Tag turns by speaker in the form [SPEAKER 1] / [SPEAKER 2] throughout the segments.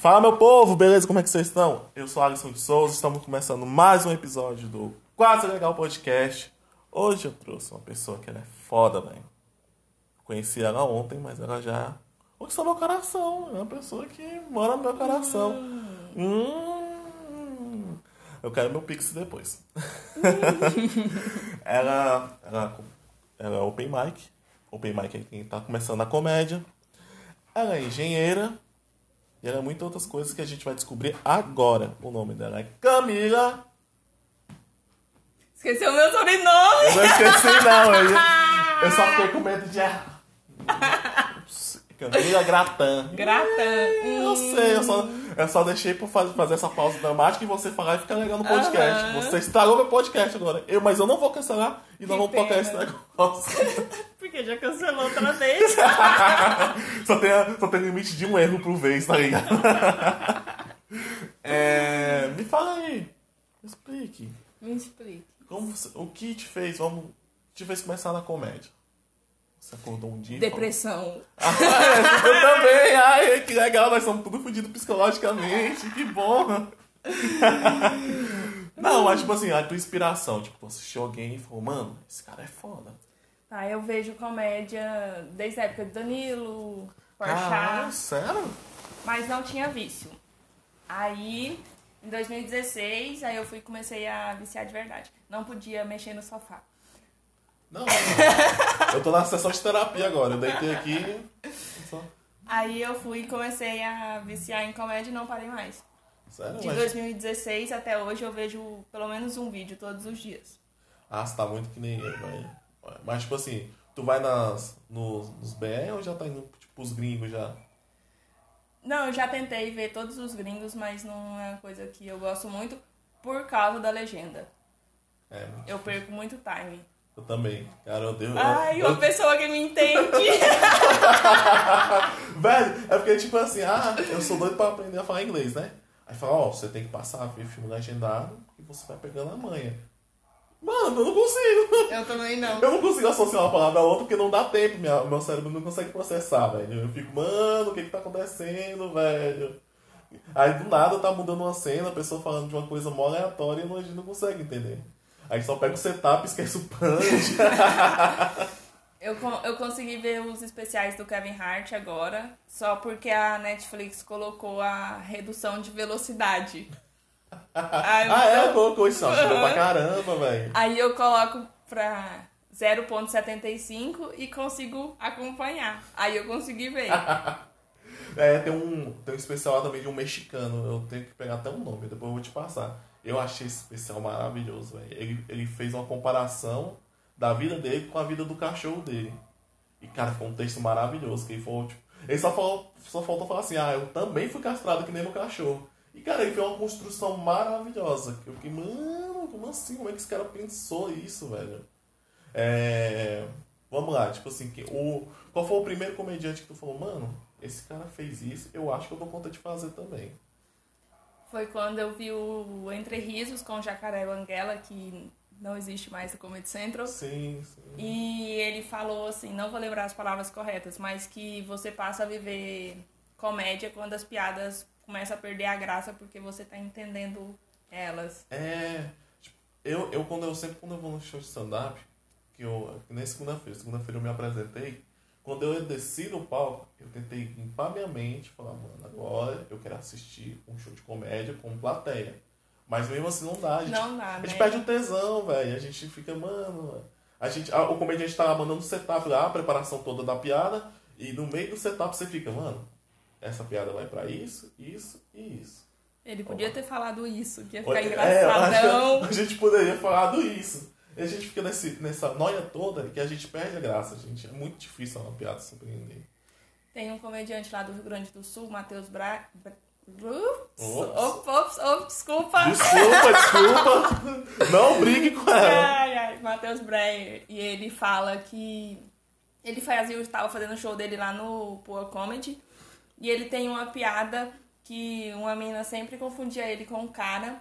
[SPEAKER 1] Fala meu povo, beleza? Como é que vocês estão? Eu sou Alisson de Souza, estamos começando mais um episódio do Quase Legal Podcast. Hoje eu trouxe uma pessoa que ela é foda, velho. Conheci ela ontem, mas ela já conquistou meu coração. É uma pessoa que mora no meu coração. Hum. Eu quero meu pix depois. ela, ela, ela é open mic. Open mic é quem tá começando a comédia. Ela é engenheira. E ela é muitas outras coisas que a gente vai descobrir agora. O nome dela é Camila.
[SPEAKER 2] Esqueceu meu sobrenome!
[SPEAKER 1] Eu não esqueci, não. Eu, eu só fiquei com medo de. errar. Camila Gratan.
[SPEAKER 2] Grata!
[SPEAKER 1] Eu sei, eu só, eu só deixei pra faz- fazer essa pausa dramática e você falar e ficar legal no podcast.
[SPEAKER 2] Aham.
[SPEAKER 1] Você estragou meu podcast agora. Eu, mas eu não vou cancelar e não
[SPEAKER 2] Que
[SPEAKER 1] vou tocar
[SPEAKER 2] pena.
[SPEAKER 1] esse negócio.
[SPEAKER 2] Porque já cancelou outra vez.
[SPEAKER 1] só, tem, a- só tem limite de um erro por vez, tá ligado? É, me fala aí. Me explique.
[SPEAKER 2] Me explique.
[SPEAKER 1] Como você- o que te fez? Vamos. Te fez começar na comédia. Você acordou um dia. e falou,
[SPEAKER 2] Depressão.
[SPEAKER 1] Eu também, ai, que legal, nós somos tudo fodidos psicologicamente, que bom. Não, mas tipo assim, a tua inspiração, tipo, tu assistiu alguém e falou, mano, esse cara é foda.
[SPEAKER 2] Tá, eu vejo comédia desde a época de Danilo,
[SPEAKER 1] Caralho,
[SPEAKER 2] Porchat,
[SPEAKER 1] sério?
[SPEAKER 2] mas não tinha vício. Aí, em 2016, aí eu fui comecei a viciar de verdade. Não podia mexer no sofá.
[SPEAKER 1] Não, não. eu tô na sessão de terapia agora, eu deitei aqui. só-
[SPEAKER 2] Aí eu fui e comecei a viciar em comédia e não parei mais.
[SPEAKER 1] Sério,
[SPEAKER 2] De
[SPEAKER 1] mas.
[SPEAKER 2] 2016 até hoje eu vejo pelo menos um vídeo todos os dias.
[SPEAKER 1] Ah, você tá muito que nem eu, velho. Mas tipo assim, tu vai nas, nos, nos BR ou já tá indo, tipo, os gringos já?
[SPEAKER 2] Não, eu já tentei ver todos os gringos, mas não é uma coisa que eu gosto muito por causa da legenda.
[SPEAKER 1] É, muito-
[SPEAKER 2] Eu perco muito time.
[SPEAKER 1] eu também. Cara, eu odeio.
[SPEAKER 2] Ai,
[SPEAKER 1] eu,
[SPEAKER 2] uma pessoa que me entende.
[SPEAKER 1] Velho, é porque, tipo assim, ah, eu sou doido pra aprender a falar inglês, né? Aí fala, ó, você tem que passar a ver filme legendado e você vai pegando a manha. Mano, eu não consigo.
[SPEAKER 2] Eu também não.
[SPEAKER 1] Eu não consigo associar uma palavra a outra porque não dá tempo. Minha, meu cérebro não consegue processar, velho. Eu fico, mano, o que que tá acontecendo, velho? Aí do nada tá mudando uma cena, a pessoa falando de uma coisa mó aleatória e a gente não consegue entender. Aí só pega o setup, esquece o punch.
[SPEAKER 2] Eu, con- eu consegui ver os especiais do Kevin Hart agora, só porque a Netflix colocou a redução de velocidade. Ai,
[SPEAKER 1] ah, é,
[SPEAKER 2] então-
[SPEAKER 1] colocou isso, ajudou pra caramba, velho.
[SPEAKER 2] Aí eu coloco pra 0.75 e consigo acompanhar. Aí eu consegui ver.
[SPEAKER 1] É, tem um, tem um especial lá também de um mexicano. Eu tenho que pegar até o nome, depois eu vou te passar. Eu achei esse especial maravilhoso, velho. Ele, ele fez uma comparação da vida dele com a vida do cachorro dele. E, cara, foi um texto maravilhoso. Que ele, falou, tipo, ele só, falou, só faltou falar assim: ah, eu também fui castrado que nem meu cachorro. E, cara, ele fez uma construção maravilhosa. que Eu fiquei, mano, como assim? Como é que esse cara pensou isso, velho? É, Vamos lá, tipo assim, que- o... qual foi o primeiro comediante que tu falou, mano, esse cara fez isso, eu acho que eu dou conta de fazer também.
[SPEAKER 2] Foi quando eu vi o Entre Risos com o Jacaré Banguela, que não existe mais no Comedy Central.
[SPEAKER 1] Sim, sim.
[SPEAKER 2] E ele falou assim, não vou lembrar as palavras corretas, mas que você passa a viver comédia quando as piadas começam a perder a graça porque você tá entendendo elas.
[SPEAKER 1] É. tipo, eu, eu quando eu sempre quando eu vou no show de stand-up, que eu. Que nem segunda-feira, segunda-feira eu me apresentei, quando eu desci no palco, eu tentei limpar minha mente, falar, mano, agora eu quero assistir um show de comédia com plateia. Mas mesmo assim não dá, a gente
[SPEAKER 2] Não dá,
[SPEAKER 1] A
[SPEAKER 2] né?
[SPEAKER 1] gente perde um o tesão, velho. A gente fica, mano. A gente, a- o comediante tá lá mandando o setup lá, a preparação toda da piada, e no meio do setup você fica, mano, essa piada vai pra isso, isso e isso.
[SPEAKER 2] Ele podia ter falado isso, que ia
[SPEAKER 1] Olha,
[SPEAKER 2] ficar
[SPEAKER 1] é, eu acho que
[SPEAKER 2] engraçadão.
[SPEAKER 1] a gente poderia falar do isso. E a gente fica nesse, nessa noia toda que a gente perde a graça, gente. É muito difícil uma piada surpreender.
[SPEAKER 2] Tem um comediante lá do Rio Grande do Sul, Matheus Bra... Bra- Ups,
[SPEAKER 1] Ops.
[SPEAKER 2] ops, ops, ops, desculpa.
[SPEAKER 1] Desculpa, desculpa. Não brigue com ela.
[SPEAKER 2] Ai, ai, Matheus Breyer. E ele fala que ele fazia, estava fazendo o show dele lá no Poa Comedy. E ele tem uma piada que uma menina sempre confundia ele com um cara.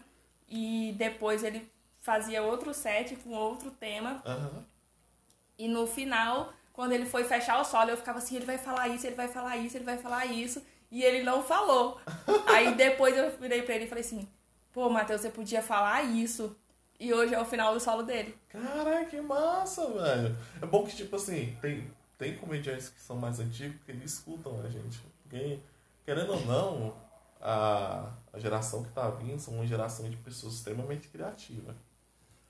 [SPEAKER 2] E depois ele fazia outro set com outro tema.
[SPEAKER 1] Aham.
[SPEAKER 2] E no final, quando ele foi fechar o solo, eu ficava assim, ele vai falar isso, ele vai falar isso, ele vai falar isso. E ele não falou. Aí depois eu virei pra ele e falei assim: pô, Matheus, você podia falar isso. E hoje é o final do solo dele.
[SPEAKER 1] Caraca, que massa, velho. É bom que, tipo assim, tem, tem comediantes que são mais antigos que eles escutam a gente. Porque, querendo ou não, a, a geração que tá vindo são uma geração de pessoas extremamente criativas.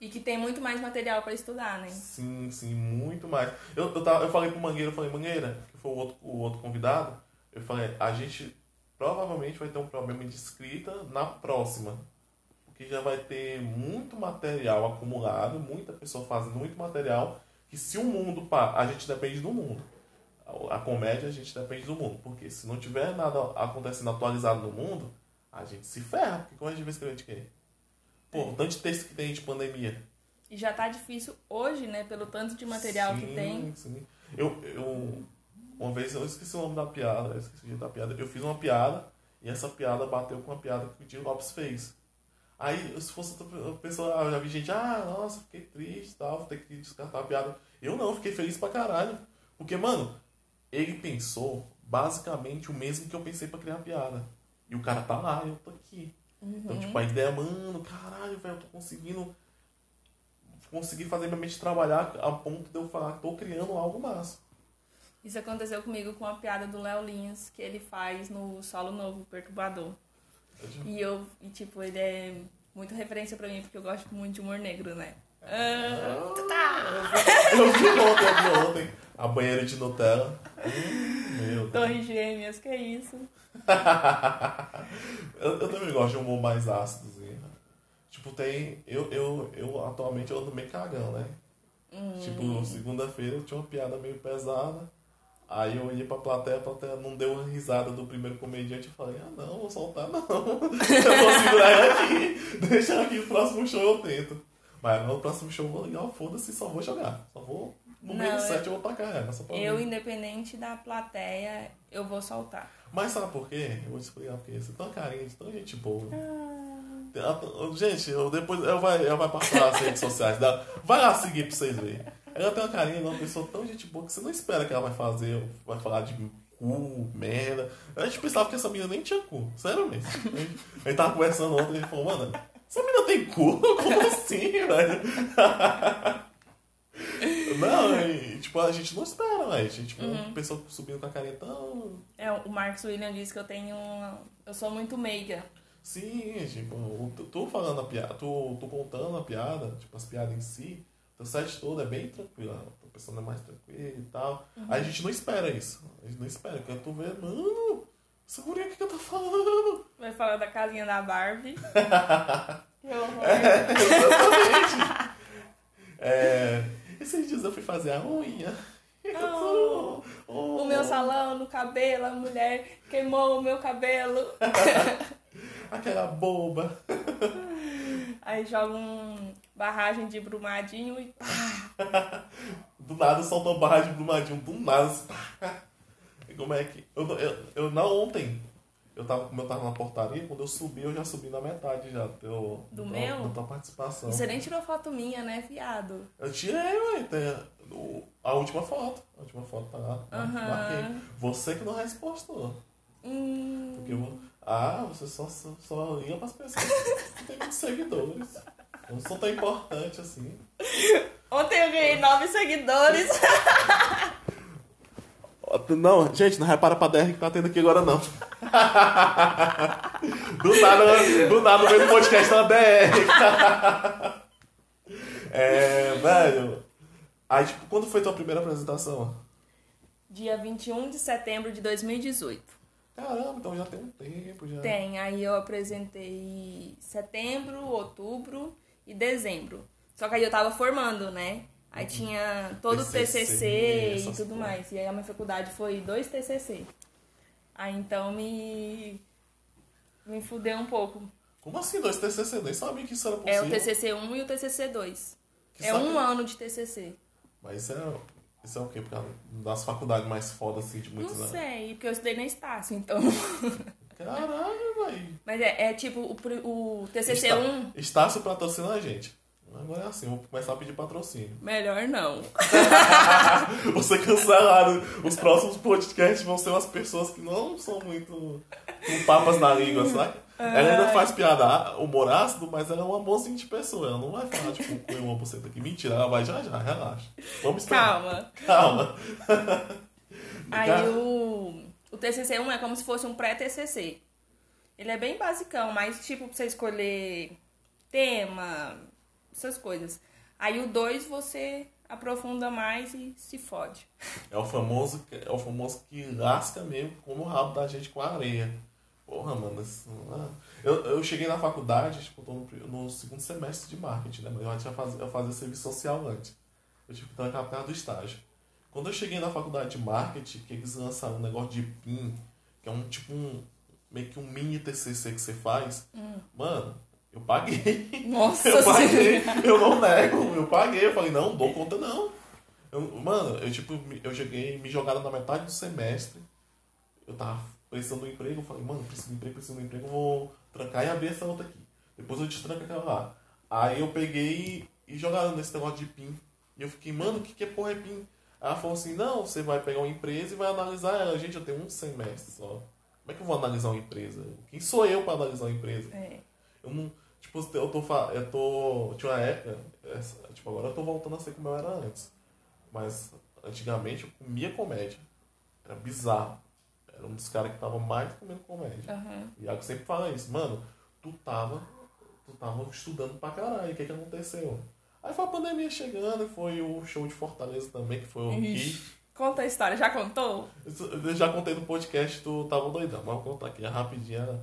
[SPEAKER 2] E que tem muito mais material pra estudar, né?
[SPEAKER 1] Sim, sim, muito mais. Eu, eu, tava, eu falei pro Mangueira, eu falei, Mangueira, que foi o outro, o outro convidado, eu falei, a gente provavelmente vai ter um problema de escrita na próxima. Porque já vai ter muito material acumulado, muita pessoa fazendo muito material, que se o mundo parar, a gente depende do mundo. A, a comédia a gente depende do mundo. Porque se não tiver nada acontecendo atualizado no mundo, a gente se ferra. Porque como a gente vai escrever de quê? Pô, tanto de texto que tem de pandemia.
[SPEAKER 2] E já tá difícil hoje, né? Pelo tanto de material que
[SPEAKER 1] Sim,
[SPEAKER 2] tem.
[SPEAKER 1] Sim. Eu, eu, uma vez eu esqueci o nome da piada, eu esqueci o jeito da piada. Eu fiz uma piada e essa piada bateu com a piada que o Diego Lopes fez. Aí, se fosse outra pessoa, eu já vi gente, ah, nossa, fiquei triste e tal, vou ter que descartar a piada. Eu não, fiquei feliz pra caralho. Porque, mano, ele pensou basicamente o mesmo que eu pensei pra criar a piada. E o cara tá lá, eu tô aqui.
[SPEAKER 2] Uhum.
[SPEAKER 1] Então, tipo, a ideia, mano, caralho, velho, eu tô conseguindo conseguir fazer minha mente trabalhar a ponto de eu falar, tô criando algo massa.
[SPEAKER 2] Isso aconteceu comigo com a piada do Léo Linhas, que ele faz no solo novo, Perturbador. E eu, e tipo, ele é muito referência pra mim, porque eu gosto muito de humor negro, né? Ah,
[SPEAKER 1] Eu vi ontem, eu vi ontem a banheira de Nutella. Hum, Meu Deus.
[SPEAKER 2] Torre Gêmeas, que é isso?
[SPEAKER 1] Eu, eu também gosto de um humor mais ácido. assim. Tipo, tem. Eu, eu, eu atualmente eu ando meio cagão, né?
[SPEAKER 2] Hum.
[SPEAKER 1] Tipo, segunda-feira eu tinha uma piada meio pesada. Aí eu olhei pra plateia, a plateia não deu uma risada do primeiro comediante. Eu falei, ah não, vou soltar não. eu vou segurar ela aqui. Deixa ela aqui, o próximo show eu tento. Mas no próximo show eu vou ligar, foda-se, só vou jogar. Só vou. No meio
[SPEAKER 2] Não,
[SPEAKER 1] do
[SPEAKER 2] eu-
[SPEAKER 1] set eu vou tacar ela, só pra
[SPEAKER 2] Eu,
[SPEAKER 1] ver.
[SPEAKER 2] independente da plateia, eu vou soltar.
[SPEAKER 1] Mas sabe por quê? Eu vou te explicar por quê. Você é tão carente, tão gente boa. Ah. Ela- Gente, eu depois ela vai, ela vai passar as redes sociais dela. Vai lá seguir pra vocês verem. Ela tem uma carinha de uma pessoa tão gente boa que você não espera que ela vai fazer, vai falar de cu, merda. A gente pensava que essa menina nem tinha cu. Sério mesmo. A gente, a gente tava conversando ontem e ele falou, mano, essa menina tem cu? Como assim, velho? Não, e, tipo, a gente não espera, velho. Tipo, uma pessoa subindo com a carinha tão
[SPEAKER 2] É, o Marcos William disse que eu tenho. uma- Eu sou muito meiga.
[SPEAKER 1] Sim, tipo, tu, tu falando a piada, tu, tu contando a piada, tipo, as piadas em si, teu set todo é bem tranquilo, a pessoa é mais tranquila e tal.
[SPEAKER 2] Uhum.
[SPEAKER 1] Aí a gente não espera isso, a gente não espera, porque tu vê, mano, essa guria que que eu tô falando?
[SPEAKER 2] Vai falar da casinha da Barbie. que horror.
[SPEAKER 1] É, esses dias eu fui fazer a unha.
[SPEAKER 2] Oh. O meu salão, no cabelo, a mulher queimou o meu cabelo.
[SPEAKER 1] Aquela boba.
[SPEAKER 2] Aí joga um barragem de brumadinho e
[SPEAKER 1] Do nada soltou barra de Brumadinho, do nada. assim, E Como é que. Eu, eu, eu não ontem. Eu tava, como eu tava na portaria, quando eu subi, eu já subi na metade já. Do, teu-
[SPEAKER 2] Do
[SPEAKER 1] da-
[SPEAKER 2] meu?
[SPEAKER 1] Da tua participação.
[SPEAKER 2] Você nem tirou foto minha, né, viado?
[SPEAKER 1] Eu tirei, ué. tem o- a última foto. A última foto tá lá.
[SPEAKER 2] Aham.
[SPEAKER 1] Marquei. Você que não respostou.
[SPEAKER 2] Hum,
[SPEAKER 1] Porque eu- ah, você só, só, só liga pras pessoas que tem muitos seguidores. Eu não sou tão importante assim.
[SPEAKER 2] Ontem eu ganhei nove seguidores.
[SPEAKER 1] Não, gente, não repara pra DR que tá tendo aqui agora, não. do nada, do nada, no meio do podcast tá uma DR. é, velho. Aí, tipo, quando foi tua primeira apresentação?
[SPEAKER 2] Dia 21 de setembro de 2018.
[SPEAKER 1] Caramba, então já tem um tempo já.
[SPEAKER 2] Tem, aí eu apresentei setembro, outubro e dezembro. Só que aí eu tava formando, né?
[SPEAKER 1] Uhum.
[SPEAKER 2] Aí tinha todo o
[SPEAKER 1] TCC,
[SPEAKER 2] TCC e
[SPEAKER 1] essas
[SPEAKER 2] tudo
[SPEAKER 1] coisas.
[SPEAKER 2] mais. E aí a minha faculdade foi dois TCC. Aí então me. me fudeu um pouco.
[SPEAKER 1] Como assim, dois TCC? Nem sabia que isso era possível.
[SPEAKER 2] É o TCC 1 e o TCC 2.
[SPEAKER 1] Que
[SPEAKER 2] É um
[SPEAKER 1] saco.
[SPEAKER 2] ano de TCC.
[SPEAKER 1] Mas isso é, isso é o quê? Por causa das faculdades mais fodas, assim, de muitos
[SPEAKER 2] Não
[SPEAKER 1] anos.
[SPEAKER 2] sei, porque eu estudei na Estácio, então.
[SPEAKER 1] Caralho, velho.
[SPEAKER 2] Mas é, é tipo, o, pri- o TCC1
[SPEAKER 1] Está- Estácio patrocina a gente. Agora é assim, vou começar a pedir patrocínio.
[SPEAKER 2] Melhor não.
[SPEAKER 1] Você cancelaram. Os próximos podcasts vão ser umas pessoas que não são muito com papas na língua, sabe? Ela ainda faz piada humor ácido, mas ela é uma mocinha de pessoa. Ela não vai falar, tipo, com uma buceta aqui. Mentira, ela vai já já, relaxa. Vamos esperar.
[SPEAKER 2] Calma.
[SPEAKER 1] Calma.
[SPEAKER 2] Aí
[SPEAKER 1] Cara,
[SPEAKER 2] o, o TCC1 é como se fosse um pré-TCC. Ele é bem basicão, mas tipo, pra você escolher tema, essas coisas. Aí o 2 você aprofunda mais e se fode.
[SPEAKER 1] É o famoso, é o famoso que lasca mesmo como o rabo da gente com a areia. Porra, mano. isso- ah. eu, eu cheguei na faculdade, tipo, tô no, pri- no segundo semestre de marketing, né? Mas eu, tinha faz, eu fazia serviço social antes. Eu tive que trancar perto do estágio. Quando eu cheguei na faculdade de marketing, que eles lançaram um negócio de PIN, que é um tipo um. meio que um mini TCC que você faz. Mano, eu paguei.
[SPEAKER 2] Nossa
[SPEAKER 1] Eu paguei,
[SPEAKER 2] senhora.
[SPEAKER 1] eu não nego, eu paguei. Eu falei, não, dou conta não. Eu- mano, eu tipo, me- eu cheguei, me jogaram na metade do semestre. Eu tava precisando do emprego, eu falei, mano, preciso de emprego, preciso de um emprego, eu vou trancar e abrir essa outra aqui. Depois eu destranco aquela lá. Aí eu peguei e jogaram nesse negócio de PIN. E eu fiquei, mano, o que, que é porra é PIN? Ela falou assim, não, você vai pegar uma empresa e vai analisar ela. Gente, eu tenho um semestre só. Como é que eu vou analisar uma empresa? Quem sou eu pra analisar uma empresa?
[SPEAKER 2] É.
[SPEAKER 1] Eu não. Tipo, eu tô. fa- Eu tô. Tinha uma época. essa- Tipo, agora eu tô voltando a ser como eu era antes. Mas antigamente eu comia comédia. Era bizarro. Era um dos caras que tava mais comendo comédia.
[SPEAKER 2] aham.
[SPEAKER 1] E Iago sempre fala isso, mano, tu tava, tu tava estudando pra caralho, o que que aconteceu? Aí foi a pandemia chegando, foi o show de Fortaleza também, que foi o
[SPEAKER 2] Ixi.
[SPEAKER 1] que
[SPEAKER 2] Conta a história, já contou?
[SPEAKER 1] isso Eu já contei no podcast do Tava Doidão, mas vou contar aqui é rapidinho. era-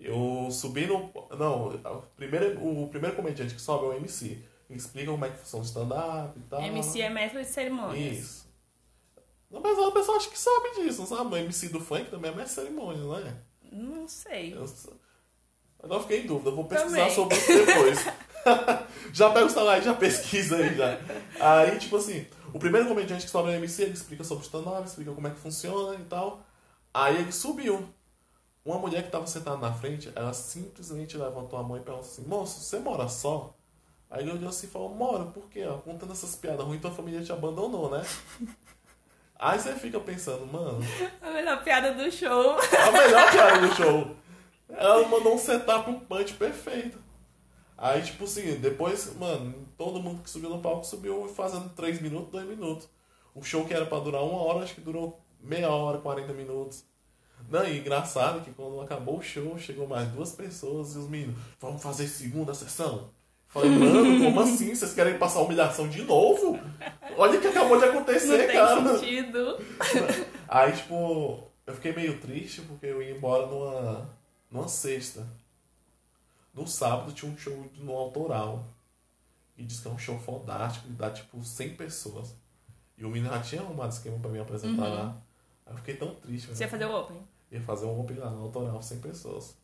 [SPEAKER 1] Eu subi no. Não, o primeiro, o primeiro comediante que sobe é o MC. Explica como é que funciona o stand-up e tal.
[SPEAKER 2] MC é mestre de cerimônias.
[SPEAKER 1] Tá. Isso. Mas o pessoal acha que sabe disso, não sabe? O MC do funk também é mais cerimônia, não é?
[SPEAKER 2] Não sei.
[SPEAKER 1] Eu só- Agora eu fiquei em dúvida, eu vou pesquisar
[SPEAKER 2] Também.
[SPEAKER 1] sobre isso depois. já pega o celular e já pesquisa aí já. Aí, tipo assim, o primeiro comediante que sobe no MC, ele explica sobre o stand-up, explica como é que funciona e tal. Aí ele subiu. Uma mulher que tava sentada na frente, ela simplesmente levantou a mão e perguntou assim, moço, você mora só? Aí ele olhou assim e falou, moro, por quê? Ó, Contando essas piadas ruins, tua família te abandonou, né? Aí você fica pensando, mano,
[SPEAKER 2] A melhor piada do show.
[SPEAKER 1] a É melhor piada do show. Ela mandou um setup, um punch perfeito. Aí, tipo assim, depois, mano, todo mundo que subiu no palco subiu fazendo 3 minutos, 2 minutos. O show que era pra durar uma hora, acho que durou meia hora, 40 minutos. Não, e engraçado que quando acabou o show, chegou mais duas pessoas e os meninos, vamos fazer segunda sessão? Falei, mano, como assim? Vocês querem passar humilhação de novo? Olha o que acabou de
[SPEAKER 2] Não
[SPEAKER 1] acontecer,
[SPEAKER 2] tem
[SPEAKER 1] cara.
[SPEAKER 2] sentido.
[SPEAKER 1] Aí, tipo, eu fiquei meio triste porque eu ia embora numa, numa sexta. No sábado tinha um show no autoral. E diz que é um show fodástico, que dá tipo 100 pessoas. E o menino já tinha arrumado esquema pra me apresentar lá. Aí eu fiquei tão triste.
[SPEAKER 2] Uhum. Você ia
[SPEAKER 1] velho.
[SPEAKER 2] fazer o open.
[SPEAKER 1] Ia fazer um open lá no autoral, 100 pessoas.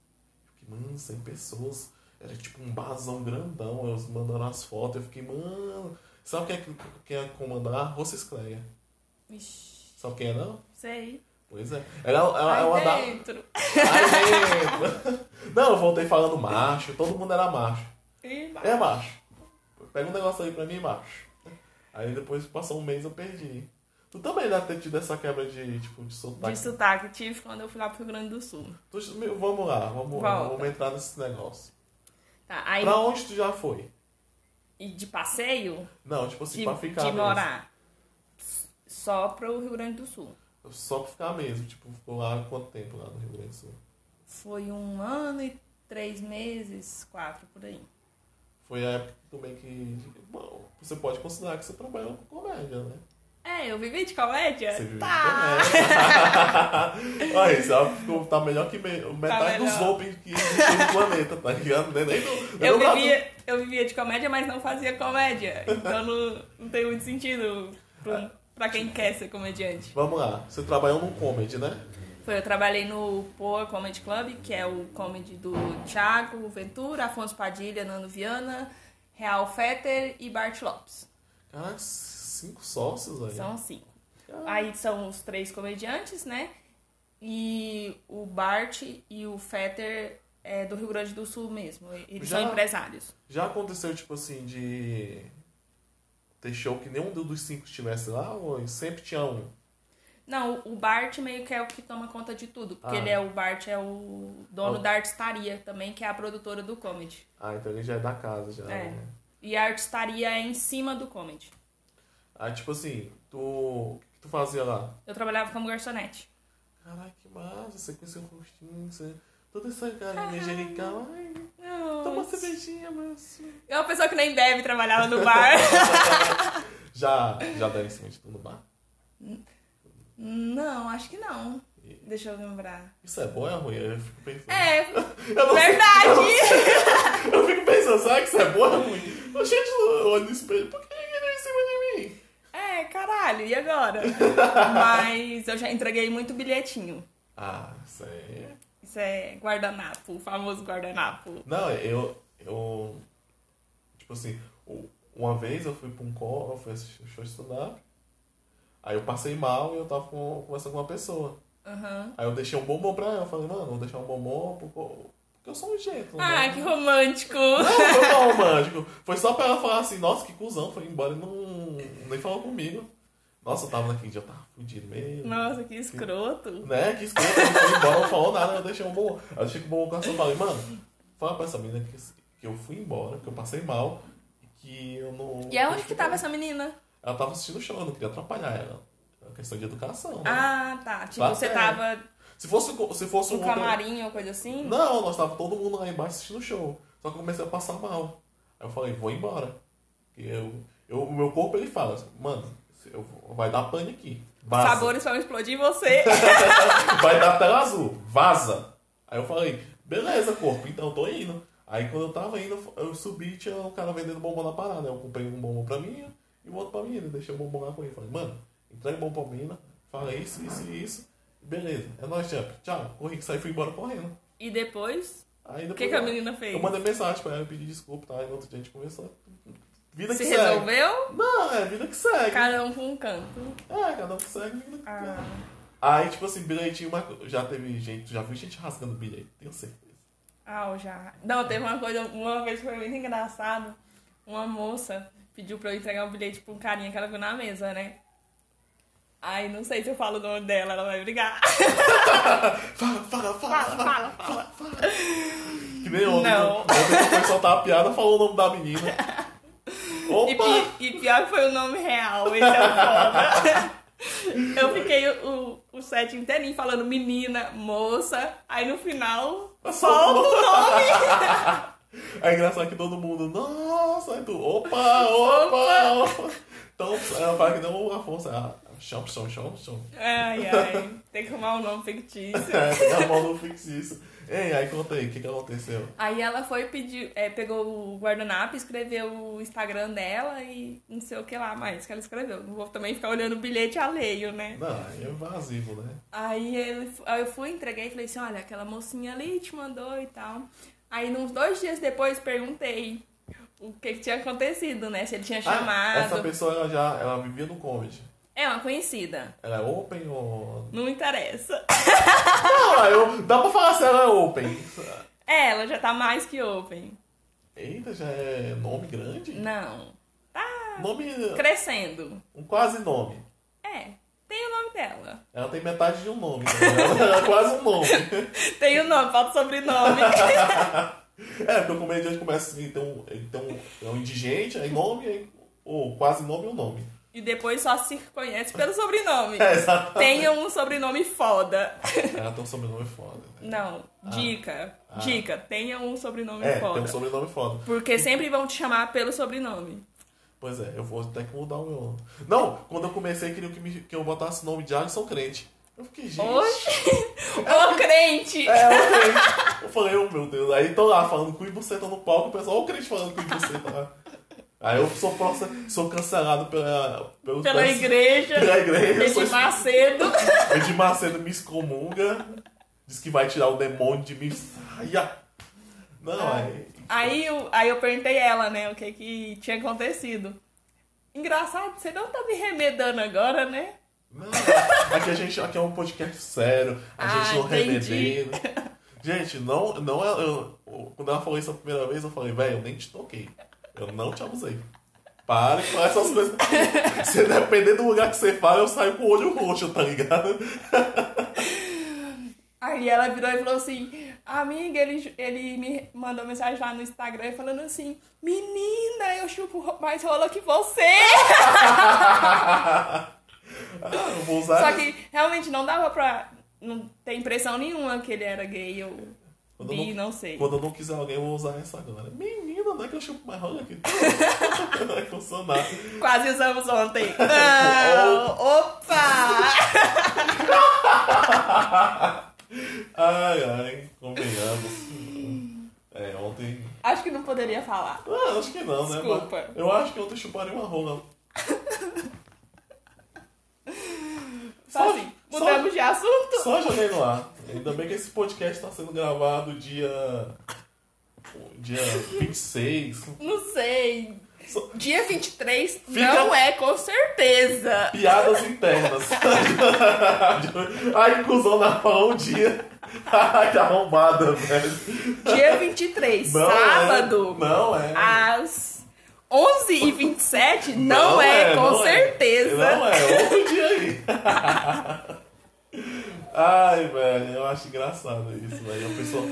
[SPEAKER 1] Eu Fiquei, mano, 100 pessoas. Era tipo um barzão grandão. Eu mandando as fotos. Eu fiquei, mano. Sabe quem é que quem é que comandava? Rosa Scleia.
[SPEAKER 2] Ixi,
[SPEAKER 1] Sabe quem é não?
[SPEAKER 2] sei.
[SPEAKER 1] Pois é. Ela, ela, ela
[SPEAKER 2] Aí
[SPEAKER 1] dá.
[SPEAKER 2] dentro.
[SPEAKER 1] Aí dentro. Não, eu voltei falando macho, todo mundo era macho.
[SPEAKER 2] Ih,
[SPEAKER 1] É macho. Pega um negócio aí pra mim, macho. Aí depois passou um mês eu perdi. Tu também deve ter tido essa quebra de, tipo, de
[SPEAKER 2] de
[SPEAKER 1] sotaque.
[SPEAKER 2] sotaque tive quando eu fui lá pro Rio Grande do Sul.
[SPEAKER 1] Tu- vamos lá, vamos,
[SPEAKER 2] Volta.
[SPEAKER 1] vamos entrar nesse negócio.
[SPEAKER 2] Tá, aí
[SPEAKER 1] Pra onde tu já foi?
[SPEAKER 2] e de passeio,
[SPEAKER 1] Não, tipo assim,
[SPEAKER 2] de,
[SPEAKER 1] pra ficar
[SPEAKER 2] de
[SPEAKER 1] mesmo.
[SPEAKER 2] morar só pro Rio Grande do Sul.
[SPEAKER 1] Só pra ficar mesmo, tipo, ficou lá quanto tempo lá no Rio Grande do Sul?
[SPEAKER 2] Foi um ano e três meses, quatro por aí.
[SPEAKER 1] Foi a época que tu meio que. tipo, Bom, você pode considerar que você trabalhou com comédia, né?
[SPEAKER 2] É, eu vivi de comédia?
[SPEAKER 1] Você viu
[SPEAKER 2] tá!
[SPEAKER 1] também. Olha, isso ela ficou- tá melhor que me- metade dos
[SPEAKER 2] melhor.
[SPEAKER 1] opens que existe no planeta, tá ligado? Nem, nem, do- nem
[SPEAKER 2] Eu
[SPEAKER 1] do lado-
[SPEAKER 2] vivia, eu vivia de comédia, mas não fazia comédia. Então não, não tem muito sentido pra, pra quem quer ser comediante.
[SPEAKER 1] Vamos lá, você trabalhou num comedy, né?
[SPEAKER 2] Foi, eu trabalhei no Poa Comedy Club, que é o comedy do Thiago Ventura, Afonso Padilha, Nando Viana, Real Fetter e Bart Lopes.
[SPEAKER 1] Caraca, cinco sócios aí.
[SPEAKER 2] São cinco.
[SPEAKER 1] Caraca.
[SPEAKER 2] Aí são os três comediantes, né? E o Bart e o Fetter é, do Rio Grande do Sul mesmo. Eles
[SPEAKER 1] Já-
[SPEAKER 2] são empresários.
[SPEAKER 1] Já aconteceu, tipo assim, de ter show que nenhum dos cinco estivesse lá, ou sempre tinha um?
[SPEAKER 2] Não, o Bart meio que é o que toma conta de tudo. Porque
[SPEAKER 1] Ah.
[SPEAKER 2] ele é o Bart, é o dono
[SPEAKER 1] Ah.
[SPEAKER 2] da Artistaria também, que é a produtora do Comedy.
[SPEAKER 1] Ah, então ele já é da casa, já.
[SPEAKER 2] É.
[SPEAKER 1] né?
[SPEAKER 2] E a Artistaria é em cima do Comedy.
[SPEAKER 1] Aí, tipo assim, tu... o que que tu fazia lá?
[SPEAKER 2] Eu trabalhava como garçonete.
[SPEAKER 1] Caraca, que massa, você conheceu o rostinho, você... Toda essa carinha angelical. Ai, toma
[SPEAKER 2] Nossa.
[SPEAKER 1] cervejinha, mas...
[SPEAKER 2] Eu Então É uma pessoa que nem bebe, trabalhava no bar.
[SPEAKER 1] Já, já deram em cima de tu no bar?
[SPEAKER 2] não, acho que não. Deixa eu lembrar.
[SPEAKER 1] Isso é bom ou é ruim? Eu fico pensando.
[SPEAKER 2] É,
[SPEAKER 1] Eu não sei-
[SPEAKER 2] verdade!
[SPEAKER 1] Eu fico pensando, será que isso é bom ou é ruim? Eu, gente, eu olho no espelho, por que ele deu em cima de mim?
[SPEAKER 2] É, caralho, e agora? Mas eu já entreguei muito bilhetinho.
[SPEAKER 1] Ah, isso aí... é-
[SPEAKER 2] Isso é guardanapo, o famoso guardanapo.
[SPEAKER 1] Não, eu. eu tipo assim, u- uma vez eu fui pra um call, eu fui assistir um show de stand-up. Aí eu passei mal e eu tava com- conversando com uma pessoa.
[SPEAKER 2] Aham.
[SPEAKER 1] Aí eu deixei um bombom pra ela. Eu falei, mano, eu vou deixar um bombom pro co- porque eu sou um jeito.
[SPEAKER 2] Ah,
[SPEAKER 1] né?
[SPEAKER 2] que romântico!
[SPEAKER 1] Não, foi mal romântico. Foi só pra ela falar assim, nossa, que cuzão, foi embora e não. nem falou comigo. Nossa, eu tava naquele dia, eu tava fudido mesmo.
[SPEAKER 2] Nossa, que escroto.
[SPEAKER 1] Né? Que escroto, ele foi embora, não falou nada, eu deixei um bom. Aí eu deixei com o bom coração e falei, mano, fala pra essa menina que, que eu fui embora, que eu passei mal, e que eu não.
[SPEAKER 2] E aonde que tava essa menina?
[SPEAKER 1] Ela tava assistindo o show, eu não queria atrapalhar ela. É uma questão de educação. né?
[SPEAKER 2] Ah, tá. Tipo,
[SPEAKER 1] Lá
[SPEAKER 2] você
[SPEAKER 1] tem.
[SPEAKER 2] tava
[SPEAKER 1] Se fosse, co- se fosse
[SPEAKER 2] no
[SPEAKER 1] um. outro-
[SPEAKER 2] camarim ou coisa assim?
[SPEAKER 1] Não, nós tava todo mundo lá embaixo assistindo o show. Só que eu comecei a passar mal. Aí eu falei, vou embora. Porque eu, eu, o meu corpo ele fala, mano, eu, vou- vai dar pane aqui. Vaza.
[SPEAKER 2] Sabores vão explodir em você.
[SPEAKER 1] Vai dar tela azul, vaza. Aí eu falei, beleza, corpo, então tô indo. Aí quando eu tava indo, eu subi tinha um cara vendendo bombom na parada. Eu comprei um bombom pra mim e o outro pra menina. Deixei o bombom lá com ele. Falei, mano, entrega o bombom pra menina, fala isso, isso e isso. Beleza, é nóis, champ. Tchau. Corri, saí e fui embora correndo.
[SPEAKER 2] E depois,
[SPEAKER 1] Aí
[SPEAKER 2] o
[SPEAKER 1] depois
[SPEAKER 2] que, que a menina fez?
[SPEAKER 1] eu mandei mensagem pra ela pedir desculpa, tá? E no outro dia a gente conversou. Vida
[SPEAKER 2] Se
[SPEAKER 1] é que segue.
[SPEAKER 2] resolveu?
[SPEAKER 1] Não, é vida que segue.
[SPEAKER 2] Cada um com um canto.
[SPEAKER 1] É, cada um que segue, vida que segue.
[SPEAKER 2] Ah,
[SPEAKER 1] Aí, tipo assim, bilhetinho, uma... co- já teve gente, já vi gente rasgando bilhete, tenho certeza.
[SPEAKER 2] ah, eu já. Não, teve uma coisa, uma vez que foi muito engraçado. Uma moça pediu pra eu entregar um bilhete pra um carinha que ela viu na mesa, né? Aí não sei se eu falo o nome dela, ela vai brigar.
[SPEAKER 1] Fala, fala, fala,
[SPEAKER 2] Fala,
[SPEAKER 1] fala,
[SPEAKER 2] fala, fala.
[SPEAKER 1] Que nem ontem. né?
[SPEAKER 2] Não.
[SPEAKER 1] Ontem que foi soltar a piada, falou o nome da menina.
[SPEAKER 2] E,
[SPEAKER 1] Opa!
[SPEAKER 2] pi- e pior que foi o nome real, esse é o foda. Eu fiquei o, o, o set inteirinho falando menina, moça, aí no final solta o nome.
[SPEAKER 1] É engraçado que todo mundo, nossa, aí tu, opa, opa, opa. Então, ela fala que não o Afonso, ah, chão, chão, chão, chão.
[SPEAKER 2] Ai, ai, tem que arrumar um nome fictício.
[SPEAKER 1] É, tem a mão no fixício. Ei, aí conta aí, o que que aconteceu?
[SPEAKER 2] Aí ela foi pedir, é, pegou o guardanapo, escreveu o Instagram dela e não sei o que lá mais que ela escreveu. Não vou também ficar olhando o bilhete alheio, né?
[SPEAKER 1] Não, aí é invasivo, né?
[SPEAKER 2] Aí ele- aí eu fui, entreguei e falei assim, olha, aquela mocinha ali te mandou e tal. Aí, uns dois dias depois, perguntei o que, que tinha acontecido, né? Se ele tinha
[SPEAKER 1] Ah, essa
[SPEAKER 2] chamado.
[SPEAKER 1] pessoa, ela já, ela vivia no comedy.
[SPEAKER 2] é uma conhecida.
[SPEAKER 1] Ela é open ou
[SPEAKER 2] Não interessa.
[SPEAKER 1] Ah, eu, dá pra falar se ela é open.
[SPEAKER 2] É, ela já tá mais que open.
[SPEAKER 1] Eita, já é nome grande?
[SPEAKER 2] Não. Tá
[SPEAKER 1] Nome.
[SPEAKER 2] crescendo.
[SPEAKER 1] Um quase nome.
[SPEAKER 2] É, tem o nome dela.
[SPEAKER 1] Ela tem metade de um nome. né? Ela é quase um nome.
[SPEAKER 2] Tem o nome, falta o sobrenome.
[SPEAKER 1] É, porque o comediante começa assim, tem um, ele tem um, é um indigente, aí nome, aí, ou quase nome ou nome.
[SPEAKER 2] e depois só se conhece pelo sobrenome.
[SPEAKER 1] É, exatamente.
[SPEAKER 2] Tenha um sobrenome foda.
[SPEAKER 1] Ela tem um sobrenome foda. né?
[SPEAKER 2] Não, dica.
[SPEAKER 1] Ah.
[SPEAKER 2] Dica, tenha um sobrenome
[SPEAKER 1] É, tem
[SPEAKER 2] foda.
[SPEAKER 1] um sobrenome foda.
[SPEAKER 2] Porque sempre vão te chamar pelo sobrenome.
[SPEAKER 1] Pois é, eu vou até que mudar o meu. Não, quando eu comecei, queria que, me- que eu botasse o nome de Alisson Crente. Eu fiquei, gente.
[SPEAKER 2] Oxi! Ô É crente!
[SPEAKER 1] É, o crente. Eu falei, oh meu Deus. Aí tô lá falando cu e buceta no palco, o pessoal, ó o crente falando cu e buceta lá. Aí eu sou, proce- sou cancelado pela, pelo,
[SPEAKER 2] Pela igreja.
[SPEAKER 1] Pela igreja.
[SPEAKER 2] Desde
[SPEAKER 1] pois-
[SPEAKER 2] Macedo.
[SPEAKER 1] Edir Macedo me excomunga, diz que vai tirar o demônio de mim. Saia! Não, aí.
[SPEAKER 2] Aí, eu- aí eu perguntei ela, né, o que que tinha acontecido. Engraçado, você não tá me remedando agora, né?
[SPEAKER 1] Não, aqui a gente aqui é um podcast sério, a
[SPEAKER 2] Ah,
[SPEAKER 1] gente não
[SPEAKER 2] entendi.
[SPEAKER 1] remedeira. Gente, não, não é. eu- eu- quando ela falou isso a primeira vez, eu falei, velho, eu nem te toquei. Eu não te abusei. Pare com essas coisas. Se depender do lugar que você fala, eu saio com o olho roxo, tá ligado?
[SPEAKER 2] Aí ela virou e falou assim: Amiga, ele, ele me mandou mensagem lá no Instagram falando assim: Menina, eu chupo ro- mais rola que você!
[SPEAKER 1] Ah, eu vou usar.
[SPEAKER 2] Só que realmente não dava pra. Não ter impressão nenhuma que ele era gay ou
[SPEAKER 1] Quando eu
[SPEAKER 2] bi,
[SPEAKER 1] não-
[SPEAKER 2] não sei.
[SPEAKER 1] Quando eu não quiser alguém, eu vou usar essa agora. Menina, não é que eu chupo mais rola aqui. Não é vai funcionar.
[SPEAKER 2] Quase usamos ontem. Não! Opa!
[SPEAKER 1] Ai, ai, convenhamos. É, ontem.
[SPEAKER 2] Acho que não poderia falar.
[SPEAKER 1] Ah, acho que não, né?
[SPEAKER 2] Desculpa.
[SPEAKER 1] Mas Eu acho que ontem chuparia uma rola.
[SPEAKER 2] Só
[SPEAKER 1] Só-
[SPEAKER 2] assim, mudamos de assunto.
[SPEAKER 1] Só joguei no ar. Ainda bem que esse podcast tá sendo gravado dia. dia 26.
[SPEAKER 2] Não sei.
[SPEAKER 1] Só-
[SPEAKER 2] Dia 23
[SPEAKER 1] Fica-
[SPEAKER 2] não é, com certeza.
[SPEAKER 1] Piadas internas. Ai, cuzão na pau um dia. Ai, que arrombada, velho.
[SPEAKER 2] Dia 23,
[SPEAKER 1] Não
[SPEAKER 2] sábado, Ah,
[SPEAKER 1] É, não é.
[SPEAKER 2] às 11h27, não, é, com
[SPEAKER 1] não
[SPEAKER 2] certeza.
[SPEAKER 1] Não é, outro dia aí. Ai, velho, eu acho engraçado isso, velho. A pessoa.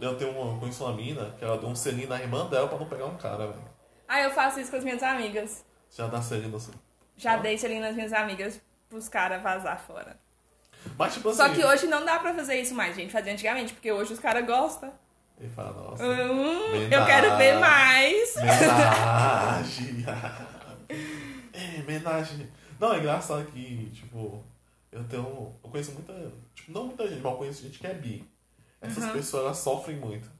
[SPEAKER 1] Eu tenho uma, eu conheço uma mina que ela deu um selinho na irmã dela pra não pegar um cara, velho.
[SPEAKER 2] Ah, eu faço isso com as minhas amigas.
[SPEAKER 1] Já dá selinho assim.
[SPEAKER 2] Já
[SPEAKER 1] Ah.
[SPEAKER 2] dei selinho nas minhas amigas pros caras vazar fora.
[SPEAKER 1] Mas tipo assim.
[SPEAKER 2] Só que hoje não dá pra fazer isso mais, gente. Fazia antigamente, porque hoje os caras gostam.
[SPEAKER 1] Ele fala, nossa.
[SPEAKER 2] Hum, eu
[SPEAKER 1] Verdade.
[SPEAKER 2] quero ver mais.
[SPEAKER 1] Homenagem. é, homenagem. Não, é engraçado que, tipo, eu tenho. Eu conheço muita. Tipo, não muita gente, mas eu conheço gente que é bi. Essas pessoas elas sofrem muito.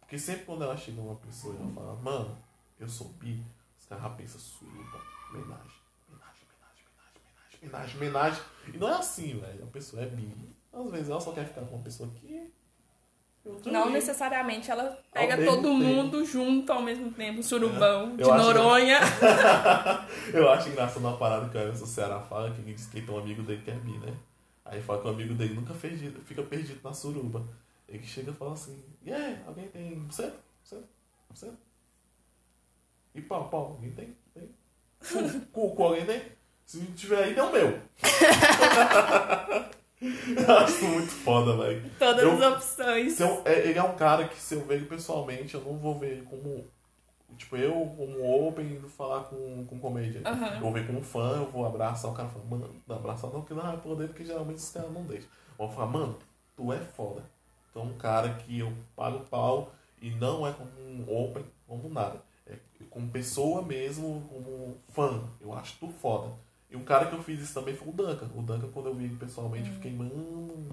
[SPEAKER 1] Porque sempre quando ela chega uma pessoa e ela fala, mano, eu sou bi, os caras pensam, suba, homenagem, homenagem, homenagem, homenagem, homenagem, homenagem. E não é assim, velho. A pessoa é bi. Às vezes ela só quer ficar com uma pessoa que. eu
[SPEAKER 2] Não
[SPEAKER 1] também.
[SPEAKER 2] necessariamente ela pega
[SPEAKER 1] mesmo
[SPEAKER 2] todo
[SPEAKER 1] tempo.
[SPEAKER 2] mundo junto ao mesmo tempo, surubão,
[SPEAKER 1] Eu
[SPEAKER 2] de
[SPEAKER 1] acho que-
[SPEAKER 2] Noronha.
[SPEAKER 1] Eu acho engraçado uma parada que o Emerson Ceará fala, que ele diz que tem um amigo dele que é bi, né? Aí fala que o amigo dele nunca perdido, fica perdido na suruba. Ele chega e fala assim, e aí, alguém tem você? Você? Você? E pau, pau, alguém tem? Tem? Cu, Cu, cu, alguém tem? Se não tiver aí, deu o meu. eu acho muito foda, velho.
[SPEAKER 2] Todas
[SPEAKER 1] Eu-
[SPEAKER 2] as opções.
[SPEAKER 1] Se eu- é- ele é um cara que se eu ver ele pessoalmente, eu não vou ver ele como. Tipo, eu, como open, indo falar com, com comédia.
[SPEAKER 2] Aham.
[SPEAKER 1] Eu vou ver como fã, eu vou abraçar o cara e falar, mano, não abraçar não, porque não vai poder, porque geralmente os caras não deixam. Eu vou falar, mano, tu é foda. Tu é um cara que eu pago pau e não é como um open, como nada. É como pessoa mesmo, como fã. Eu acho tu foda. E um cara que eu fiz isso também foi o Duncan. O Duncan, quando eu vi ele pessoalmente, eu fiquei, mano,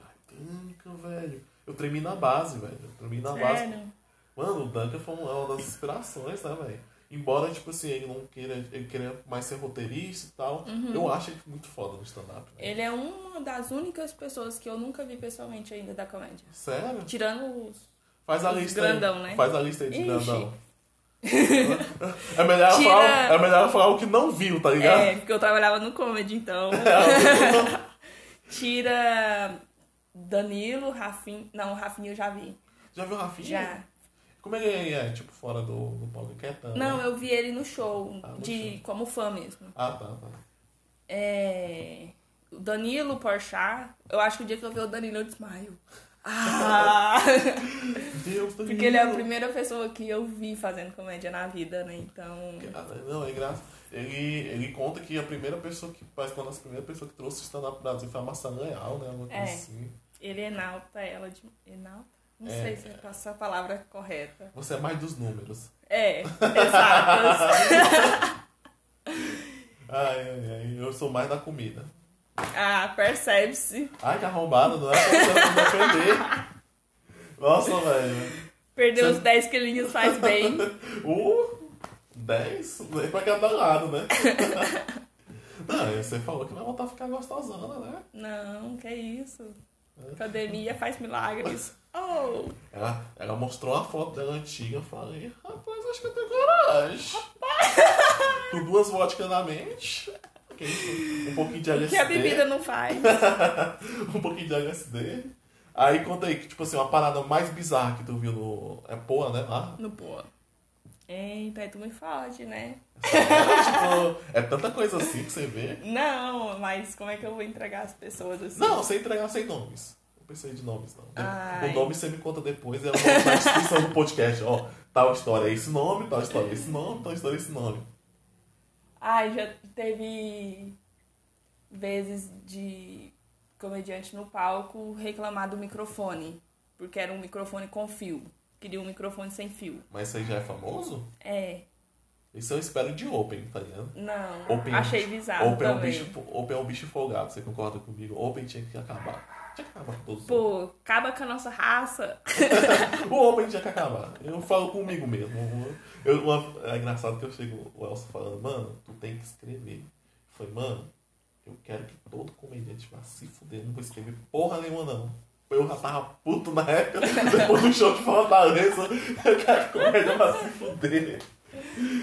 [SPEAKER 1] Ai, Duncan, velho. Eu tremi na base, velho. Eu tremi na base.
[SPEAKER 2] Sério.
[SPEAKER 1] Mano, o Duncan foi um, é uma das inspirações, né, velho? Embora, tipo assim, ele não queira, ele queira mais ser roteirista e tal,
[SPEAKER 2] Uhum.
[SPEAKER 1] eu acho ele muito foda no stand-up. né?
[SPEAKER 2] Ele é uma das únicas pessoas que eu nunca vi pessoalmente ainda da comédia.
[SPEAKER 1] Sério?
[SPEAKER 2] Tirando os.
[SPEAKER 1] Faz a
[SPEAKER 2] Os
[SPEAKER 1] lista
[SPEAKER 2] grandão,
[SPEAKER 1] aí.
[SPEAKER 2] né?
[SPEAKER 1] Faz a lista aí de
[SPEAKER 2] Ixi.
[SPEAKER 1] grandão. É melhor, ela
[SPEAKER 2] Tira-
[SPEAKER 1] falar, é melhor ela falar o que não viu, tá ligado?
[SPEAKER 2] É, porque eu trabalhava no comedy, então. Tira Danilo, Rafinha. Não, Rafinha eu já vi.
[SPEAKER 1] Já viu o Rafinha?
[SPEAKER 2] Já.
[SPEAKER 1] Como é que ele é? Tipo, fora do, do palco? Ele Quietão,
[SPEAKER 2] Não,
[SPEAKER 1] né?
[SPEAKER 2] eu vi ele no show,
[SPEAKER 1] Ah, no
[SPEAKER 2] de,
[SPEAKER 1] show.
[SPEAKER 2] como fã mesmo.
[SPEAKER 1] Ah, tá, tá.
[SPEAKER 2] É. o Danilo Porchat, eu acho que o dia que eu ver o Danilo eu desmaio. Ah!
[SPEAKER 1] Deus, tá Danilo.
[SPEAKER 2] Porque ele é a primeira pessoa que eu vi fazendo comédia na vida, né? Então.
[SPEAKER 1] Cara, não, é engraçado. Ele, ele conta que a primeira pessoa que faz quando a primeira pessoa que trouxe o stand-up pro Brasil foi a Maçã Leal, né? Uma coisa
[SPEAKER 2] É.
[SPEAKER 1] assim.
[SPEAKER 2] Ele enalta ela de. Enalta? Não
[SPEAKER 1] É.
[SPEAKER 2] sei se é essa a palavra correta.
[SPEAKER 1] Você é mais dos números.
[SPEAKER 2] É, exatas.
[SPEAKER 1] Ai, ai, ai, eu sou mais da comida.
[SPEAKER 2] ah, percebe-se.
[SPEAKER 1] Ai, que arrombado, não é pra você me defender. Nossa, velho.
[SPEAKER 2] Perder
[SPEAKER 1] Você-
[SPEAKER 2] os 10 quilinhos faz bem.
[SPEAKER 1] Uh, 10? Nem É pra cada lado, né? Não, você falou que vai voltar a ficar gostosona, né?
[SPEAKER 2] Não, que isso. Academia faz milagres. Oh,
[SPEAKER 1] Ela, ela mostrou uma foto dela antiga. Eu falei, rapaz, acho que eu tenho coragem. Com duas vodkas na mente. que isso? Um pouquinho de
[SPEAKER 2] o que a
[SPEAKER 1] LSD.
[SPEAKER 2] bebida não faz?
[SPEAKER 1] um pouquinho de LSD. Aí conta aí, que, tipo assim, uma parada mais bizarra que tu viu no. É Poa, né? Lá?
[SPEAKER 2] No Poa. Eita, aí tu me fode, né?
[SPEAKER 1] tipo, é tanta coisa assim que você vê.
[SPEAKER 2] Não, mas como é que eu vou entregar as pessoas assim?
[SPEAKER 1] Não, sem entregar sem nomes. Não pensei de nomes, não.
[SPEAKER 2] Ai.
[SPEAKER 1] O nome você me conta depois, é na descrição do podcast. Ó, tal história é esse nome, tal história é esse nome, tal história é esse nome.
[SPEAKER 2] Ai, já teve vezes de comediante no palco reclamar do microfone, porque era um microfone com fio. Queria um microfone sem fio.
[SPEAKER 1] Mas isso aí já é famoso?
[SPEAKER 2] É,
[SPEAKER 1] Isso eu espero de Open, tá ligado?
[SPEAKER 2] não.
[SPEAKER 1] Open-
[SPEAKER 2] achei bizarro
[SPEAKER 1] Open é, um
[SPEAKER 2] Ah, também.
[SPEAKER 1] bicho, open é um bicho folgado, você concorda comigo? Open tinha que acabar. Tinha que acabar com todos. os
[SPEAKER 2] Pô, acaba com a nossa raça.
[SPEAKER 1] O homem tinha que acabar. Eu falo comigo mesmo. Eu, uma- é engraçado que eu chego, o Elcio falando, mano, tu tem que escrever. Eu falei, mano, eu quero que todo comediante vá se fuder, não vou escrever porra nenhuma, não. Eu já tava puto na época, depois do show de Fortaleza, eu quero que o comediante vá se fuder.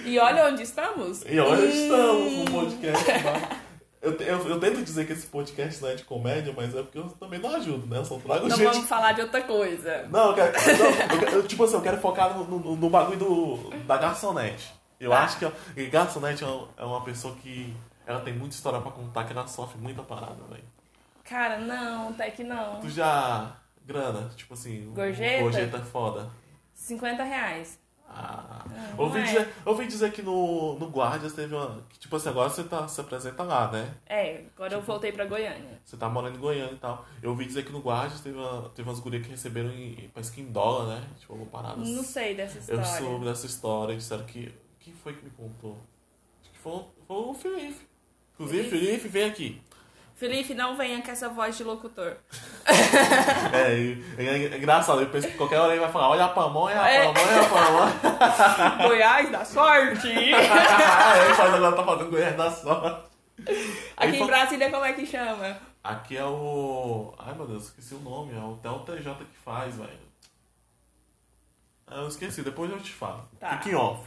[SPEAKER 2] E olha onde estamos.
[SPEAKER 1] E olha,
[SPEAKER 2] Hum,
[SPEAKER 1] estamos um no podcast. mas Eu, te- eu, eu tento dizer que esse podcast não é de comédia, mas é porque eu também não ajudo, né? Eu só trago
[SPEAKER 2] Então
[SPEAKER 1] gente
[SPEAKER 2] vamos falar de outra coisa.
[SPEAKER 1] não, eu quero, não, eu quero- eu, tipo assim, eu quero focar no, no, no bagulho do, da garçonete. Eu
[SPEAKER 2] Tá.
[SPEAKER 1] acho que a- e garçonete é um- é uma pessoa que ela tem muita história pra contar, que ela sofre muita parada, velho.
[SPEAKER 2] Cara, não, até que não.
[SPEAKER 1] Tu já. Grana, tipo assim.
[SPEAKER 2] Gorjeta?
[SPEAKER 1] Gorjeta foda.
[SPEAKER 2] 50 reais.
[SPEAKER 1] Ah,
[SPEAKER 2] Ah,
[SPEAKER 1] ouvi,
[SPEAKER 2] não é.
[SPEAKER 1] dizer, ouvi dizer que no, no Guardias teve uma. Que, tipo assim, agora você tá, se apresenta lá, né?
[SPEAKER 2] É, agora eu voltei pra Goiânia.
[SPEAKER 1] Você tá morando em Goiânia e tal. Eu ouvi dizer que no Guardias teve, uma, teve umas gurias que receberam, em, parece que em dólar, né? Tipo, uma parada
[SPEAKER 2] Não sei dessa
[SPEAKER 1] Eu
[SPEAKER 2] história.
[SPEAKER 1] soube dessa história, disseram que. Quem foi que me contou? Acho que foi, um, foi o Felipe. Inclusive,
[SPEAKER 2] Felipe?
[SPEAKER 1] Felipe, vem aqui.
[SPEAKER 2] Felipe, não venha com essa voz de locutor.
[SPEAKER 1] É, e- e é, engraçado, eu penso que qualquer hora ele vai falar: olha a pamonha, a
[SPEAKER 2] É.
[SPEAKER 1] pamonha, a pamonha.
[SPEAKER 2] Goiás da sorte!
[SPEAKER 1] Aí ele faz, agora tá fazendo goiás da sorte.
[SPEAKER 2] Aqui
[SPEAKER 1] Aí
[SPEAKER 2] em
[SPEAKER 1] fa-
[SPEAKER 2] Brasília, como é que chama?
[SPEAKER 1] Aqui é o. Ai meu Deus, esqueci o nome, é o Theo TJ que faz, velho. Ah, Eu esqueci, depois eu te falo.
[SPEAKER 2] Tá.
[SPEAKER 1] Fique em off.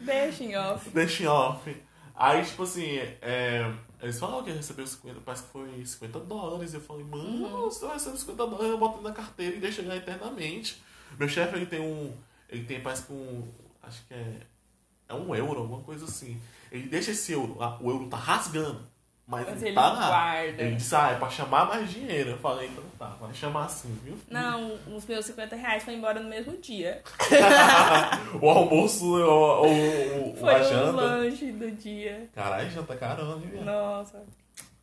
[SPEAKER 2] Deixa em off.
[SPEAKER 1] Deixa em off. Aí, tipo assim, é, eles falaram que recebeu 50, parece que foi 50 dólares. Eu falei,
[SPEAKER 2] Uhum.
[SPEAKER 1] mano, se eu recebo 50 dólares, eu boto na carteira e deixo ganhar eternamente. Meu chefe, ele tem um. Ele tem, parece que um. Acho que é. É um euro, alguma coisa assim. Ele deixa esse euro lá, o euro tá rasgando. Mas,
[SPEAKER 2] Mas
[SPEAKER 1] ele,
[SPEAKER 2] ele
[SPEAKER 1] tá lá.
[SPEAKER 2] guarda.
[SPEAKER 1] Ele disse, ah, é pra chamar mais dinheiro. Eu falei, então tá, vai chamar assim, viu?
[SPEAKER 2] Não, os meus 50 reais foi embora no mesmo dia.
[SPEAKER 1] o almoço, o, o, o-
[SPEAKER 2] Foi
[SPEAKER 1] a
[SPEAKER 2] o
[SPEAKER 1] janta.
[SPEAKER 2] lanche do dia.
[SPEAKER 1] Caralho, janta caramba, viu?
[SPEAKER 2] Nossa.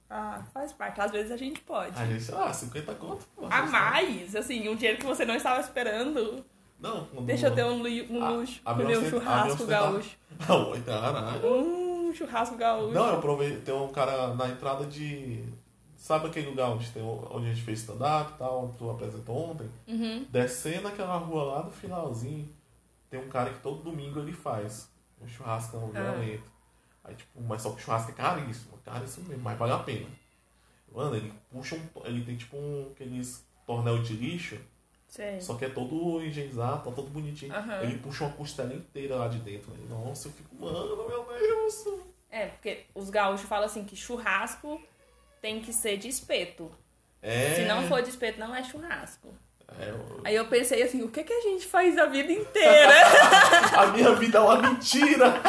[SPEAKER 2] Ah, faz parte. Às vezes a gente pode.
[SPEAKER 1] A gente, sei lá, 50 conto. pô.
[SPEAKER 2] A mais, assim, um dinheiro que você não estava esperando.
[SPEAKER 1] Não, não.
[SPEAKER 2] Deixa eu ter um, lu- um
[SPEAKER 1] A-
[SPEAKER 2] luxo.
[SPEAKER 1] a
[SPEAKER 2] comer um
[SPEAKER 1] Beyoncé- a Beyoncé
[SPEAKER 2] churrasco
[SPEAKER 1] tá-
[SPEAKER 2] gaúcho.
[SPEAKER 1] Não, oi, caralho.
[SPEAKER 2] Um churrasco gaúcho.
[SPEAKER 1] Não, eu provei. Tem um cara na entrada de. Sabe aquele lugar onde, tem, o- onde a gente fez stand-up e tal, onde tu apresentou ontem?
[SPEAKER 2] Uhum.
[SPEAKER 1] Descendo aquela rua lá no finalzinho, tem um cara que todo domingo ele faz um churrascão
[SPEAKER 2] Ah.
[SPEAKER 1] violento. Aí, tipo, mas só que o churrasco é caríssimo, caríssimo mesmo, mas vale a pena. Mano, ele puxa um. to- Ele tem tipo um. aqueles tornel de lixo
[SPEAKER 2] Sei.
[SPEAKER 1] Só que é todo higienizado, tá todo bonitinho.
[SPEAKER 2] Aham.
[SPEAKER 1] Ele puxa uma costela inteira lá de dentro. Né? Nossa, eu fico, mano, meu Deus.
[SPEAKER 2] É, porque os gaúchos falam assim que churrasco tem que ser de espeto.
[SPEAKER 1] É.
[SPEAKER 2] Se não for de espeto, não é churrasco.
[SPEAKER 1] É, eu-
[SPEAKER 2] Aí eu pensei assim, o que, que a gente faz a vida inteira?
[SPEAKER 1] a minha vida é uma mentira.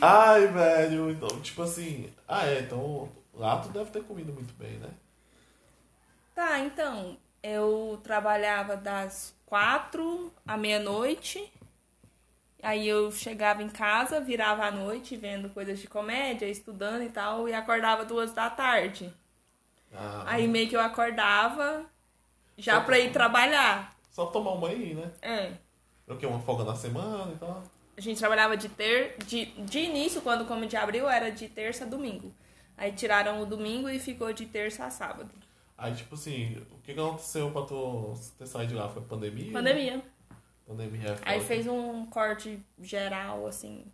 [SPEAKER 1] Ai, velho. Então, tipo assim. Ah, é, então. Lá tu deve ter comido muito bem, né?
[SPEAKER 2] tá, então, eu trabalhava das quatro à meia-noite. Aí eu chegava em casa, virava à noite vendo coisas de comédia, estudando e tal, e acordava duas da tarde.
[SPEAKER 1] Ah,
[SPEAKER 2] Aí meio que eu acordava já pra ir trabalhar.
[SPEAKER 1] Só tomar uma aí, né?
[SPEAKER 2] É.
[SPEAKER 1] Eu que uma folga na semana e tal.
[SPEAKER 2] A gente trabalhava de ter de, de início, quando o Comedy abriu, era de terça a domingo. Aí tiraram o domingo e ficou de terça a sábado.
[SPEAKER 1] Aí, tipo assim, o que aconteceu pra tu ter saído de lá? Foi pandemia?
[SPEAKER 2] Pandemia.
[SPEAKER 1] Pandemia é
[SPEAKER 2] Aí
[SPEAKER 1] foda.
[SPEAKER 2] fez um corte geral, assim.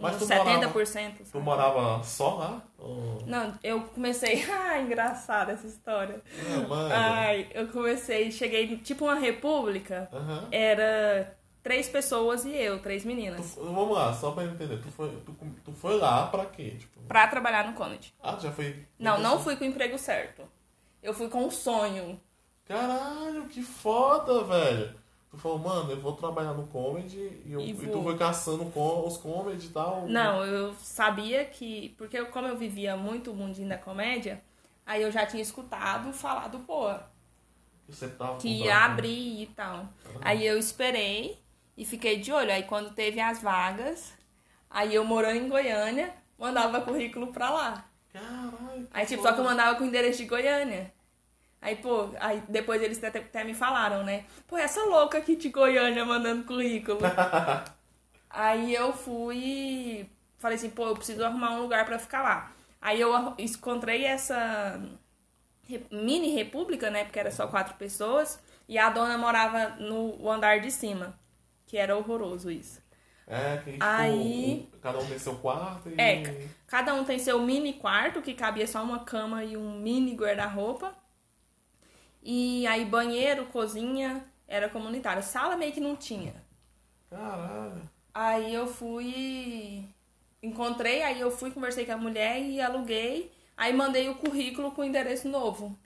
[SPEAKER 1] Mas
[SPEAKER 2] Uns
[SPEAKER 1] tu morava-
[SPEAKER 2] 70%.
[SPEAKER 1] Tu
[SPEAKER 2] sabe?
[SPEAKER 1] morava só lá? Ou...
[SPEAKER 2] Não, eu comecei. Ah, engraçada essa história.
[SPEAKER 1] Ah, mano.
[SPEAKER 2] Ai, eu comecei, cheguei tipo uma república.
[SPEAKER 1] Aham.
[SPEAKER 2] Era três pessoas e eu, três
[SPEAKER 1] Tu-
[SPEAKER 2] meninas.
[SPEAKER 1] vamos lá, só pra eu entender. Tu foi, tu, tu foi lá pra quê? Tipo,
[SPEAKER 2] Pra trabalhar no comedy.
[SPEAKER 1] ah, tu já foi.
[SPEAKER 2] Não, não fui com o emprego certo. eu fui com um sonho.
[SPEAKER 1] Caralho, que foda, velho. Tu falou, mano, eu vou trabalhar no comedy e, eu-
[SPEAKER 2] E
[SPEAKER 1] e
[SPEAKER 2] vou.
[SPEAKER 1] tu foi caçando com os comedy e tal.
[SPEAKER 2] Não, eu sabia que. Porque eu- como eu vivia muito o mundinho da comédia, aí eu já tinha escutado falar do Poa,
[SPEAKER 1] E Você tava
[SPEAKER 2] que
[SPEAKER 1] com
[SPEAKER 2] ia
[SPEAKER 1] braço, né?
[SPEAKER 2] abrir e tal. Aí eu esperei e fiquei de olho. Aí quando teve as vagas, aí eu morando em Goiânia, mandava currículo pra lá.
[SPEAKER 1] Caralho.
[SPEAKER 2] Aí, tipo, só que eu mandava com o endereço de Goiânia. Aí, pô, aí depois eles até, até me falaram, né? Pô, essa louca aqui de Goiânia mandando currículo. aí eu fui e falei assim, pô, eu preciso arrumar um lugar pra ficar lá. Aí eu arru- encontrei essa re- mini república, né? Porque era só quatro pessoas. E a dona morava no andar de cima. Que era horroroso isso.
[SPEAKER 1] É, que tipo,
[SPEAKER 2] Aí-
[SPEAKER 1] o- cada um tem seu quarto e.
[SPEAKER 2] É, ca- cada um tem seu mini quarto, que cabia só uma cama e um mini guarda-roupa. E aí banheiro, cozinha, era comunitário. Sala meio que não tinha.
[SPEAKER 1] Caralho.
[SPEAKER 2] Aí eu fui. Encontrei, aí eu fui, conversei com a mulher e aluguei. Aí mandei o currículo com o endereço novo.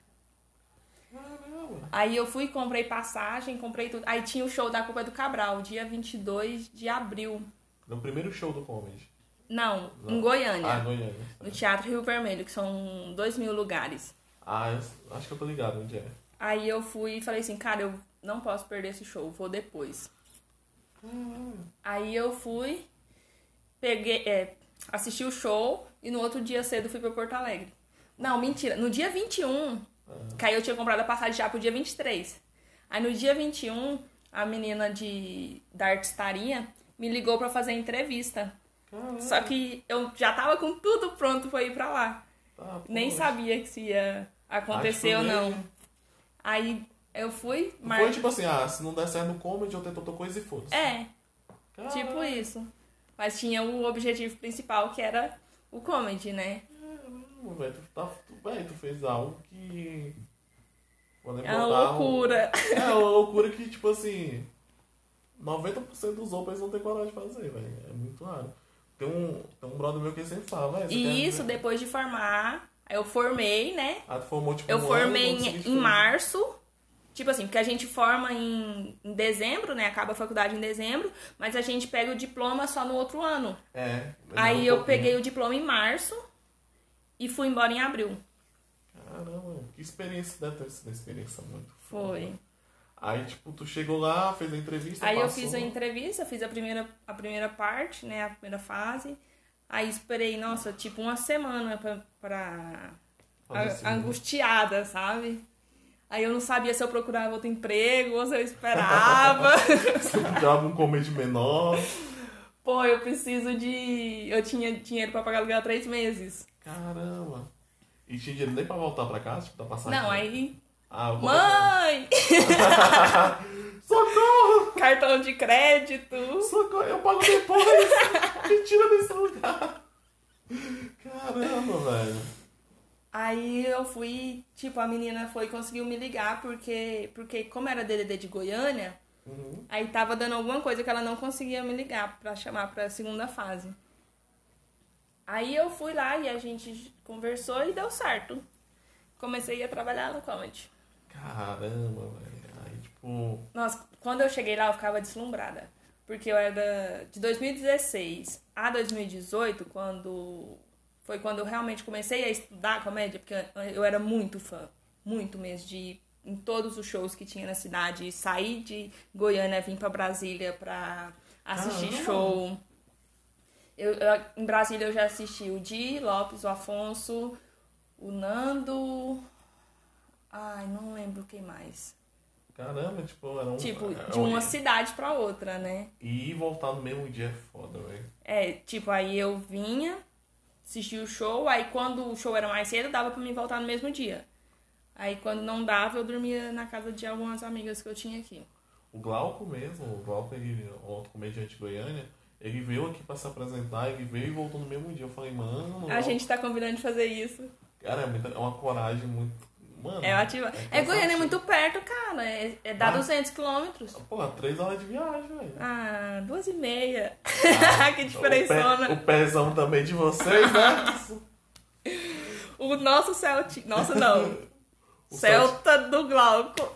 [SPEAKER 1] Caramba.
[SPEAKER 2] Aí eu fui, comprei passagem, comprei tudo. Aí tinha o show da Culpa é do Cabral, dia 22 de abril.
[SPEAKER 1] No primeiro show do comedy.
[SPEAKER 2] Não, em
[SPEAKER 1] Não.
[SPEAKER 2] Goiânia.
[SPEAKER 1] Ah, Goiânia.
[SPEAKER 2] No Teatro Rio Vermelho, que são dois mil lugares.
[SPEAKER 1] Ah, eu acho que eu tô ligado onde é.
[SPEAKER 2] Aí eu fui e falei assim, cara, eu não posso perder esse show, vou depois. Aí eu fui, peguei, é, assisti o show e no outro dia cedo fui pra Porto Alegre. Não, mentira. No dia 21, que aí eu tinha comprado a passagem já pro dia 23. Aí no dia 21, a menina de, da artistaria me ligou pra fazer a entrevista.
[SPEAKER 1] Caralho.
[SPEAKER 2] Só que eu já tava com tudo pronto pra ir pra lá.
[SPEAKER 1] Tá,
[SPEAKER 2] Nem
[SPEAKER 1] pô.
[SPEAKER 2] sabia que se ia acontecer ou
[SPEAKER 1] Acho que
[SPEAKER 2] não.
[SPEAKER 1] Ah, tipo, nem-
[SPEAKER 2] Aí eu fui,
[SPEAKER 1] Não Foi tipo assim, ah, se não der certo no comedy, eu tento outra coisa e foda-se.
[SPEAKER 2] É,
[SPEAKER 1] Caralho.
[SPEAKER 2] tipo isso. Mas tinha o objetivo principal que era o comedy, né?
[SPEAKER 1] Caramba, velho, tu, tá, tu, velho, tu fez algo que. Podemos
[SPEAKER 2] É uma
[SPEAKER 1] botar um-
[SPEAKER 2] loucura.
[SPEAKER 1] É uma loucura que, tipo assim. 90% dos homens não tem coragem de fazer, velho. É muito raro. Tem um, tem um brother meu que sempre fala, velho. você quer-
[SPEAKER 2] E isso depois de formar, eu formei, né?
[SPEAKER 1] Ah, tu formou, tipo,
[SPEAKER 2] Eu
[SPEAKER 1] um ano, não
[SPEAKER 2] formei em,
[SPEAKER 1] conseguiu
[SPEAKER 2] em
[SPEAKER 1] fazer.
[SPEAKER 2] março. Tipo assim, porque a gente forma em, em dezembro, né? Acaba a faculdade em dezembro, mas a gente pega o diploma só no outro ano.
[SPEAKER 1] É. demorou
[SPEAKER 2] Aí
[SPEAKER 1] um
[SPEAKER 2] eu
[SPEAKER 1] pouquinho.
[SPEAKER 2] peguei o diploma em março e fui embora em abril.
[SPEAKER 1] Caramba, que experiência deve ter sido uma experiência muito foda.
[SPEAKER 2] Foi.
[SPEAKER 1] Aí, tipo, tu chegou lá, fez a entrevista.
[SPEAKER 2] Aí eu
[SPEAKER 1] passou.
[SPEAKER 2] fiz a entrevista, fiz a primeira, a primeira parte, né? A primeira fase. Aí esperei, nossa, tipo uma semana pra, pra
[SPEAKER 1] Fazer
[SPEAKER 2] a-
[SPEAKER 1] assim, né?
[SPEAKER 2] angustiada, sabe? Aí eu não sabia se eu procurava outro emprego ou se eu esperava.
[SPEAKER 1] Você procurava um comedy menor.
[SPEAKER 2] Pô, eu preciso de. Eu tinha dinheiro pra pagar aluguel há três meses.
[SPEAKER 1] Caramba. E tinha dinheiro nem pra voltar pra casa, tipo, da passagem.
[SPEAKER 2] Não, aí.
[SPEAKER 1] Ah, eu vou-
[SPEAKER 2] Mãe!
[SPEAKER 1] Socorro!
[SPEAKER 2] Cartão de crédito!
[SPEAKER 1] Socorro! Eu pago depois! Me tira desse lugar! Caramba, velho.
[SPEAKER 2] Aí eu fui, tipo, a menina foi e conseguiu me ligar, porque, porque como era DDD de Goiânia,
[SPEAKER 1] Uhum.
[SPEAKER 2] Aí tava dando alguma coisa que ela não conseguia me ligar pra chamar pra segunda fase. Aí eu fui lá e a gente conversou e deu certo. Comecei a trabalhar no comedy.
[SPEAKER 1] Caramba, velho. Aí, tipo...
[SPEAKER 2] Nossa, quando eu cheguei lá eu ficava deslumbrada. Porque eu era de 2016 a 2018, quando foi quando eu realmente comecei a estudar comédia, porque eu era muito fã, muito mesmo, de ir em todos os shows que tinha na cidade, sair de Goiânia, vir pra Brasília pra assistir
[SPEAKER 1] Caramba!
[SPEAKER 2] show. Eu, eu- em Brasília eu já assisti o Di Lopes, o Afonso, o Nando. Ai, não lembro quem mais.
[SPEAKER 1] Caramba, tipo, era um...
[SPEAKER 2] Tipo,
[SPEAKER 1] era
[SPEAKER 2] de
[SPEAKER 1] um-
[SPEAKER 2] uma cidade pra outra, né?
[SPEAKER 1] E ir voltar no mesmo dia é foda, velho.
[SPEAKER 2] É, tipo, aí eu vinha, assistia o show, aí quando o show era mais cedo, dava pra mim voltar no mesmo dia. Aí quando não dava, eu dormia na casa de algumas amigas que eu tinha aqui.
[SPEAKER 1] O Glauco mesmo, o Glauco, ele, outro comediante de Goiânia, ele veio aqui pra se apresentar, ele veio e voltou no mesmo dia. Eu falei, mano...
[SPEAKER 2] A gente tá combinando de fazer isso.
[SPEAKER 1] Cara, é, muita, é uma coragem muito... Mano...
[SPEAKER 2] É ativa. É
[SPEAKER 1] cansativo.
[SPEAKER 2] Goiânia, é muito perto, cara. É, é dá
[SPEAKER 1] Ah.
[SPEAKER 2] 200 quilômetros.
[SPEAKER 1] Pô, três horas de viagem, velho.
[SPEAKER 2] Ah, duas e meia. que
[SPEAKER 1] Ah, O, pé,
[SPEAKER 2] diferençona.
[SPEAKER 1] o pezão também de vocês, né?
[SPEAKER 2] O nosso Celtic. Nossa, não.
[SPEAKER 1] O
[SPEAKER 2] Celta do Glauco.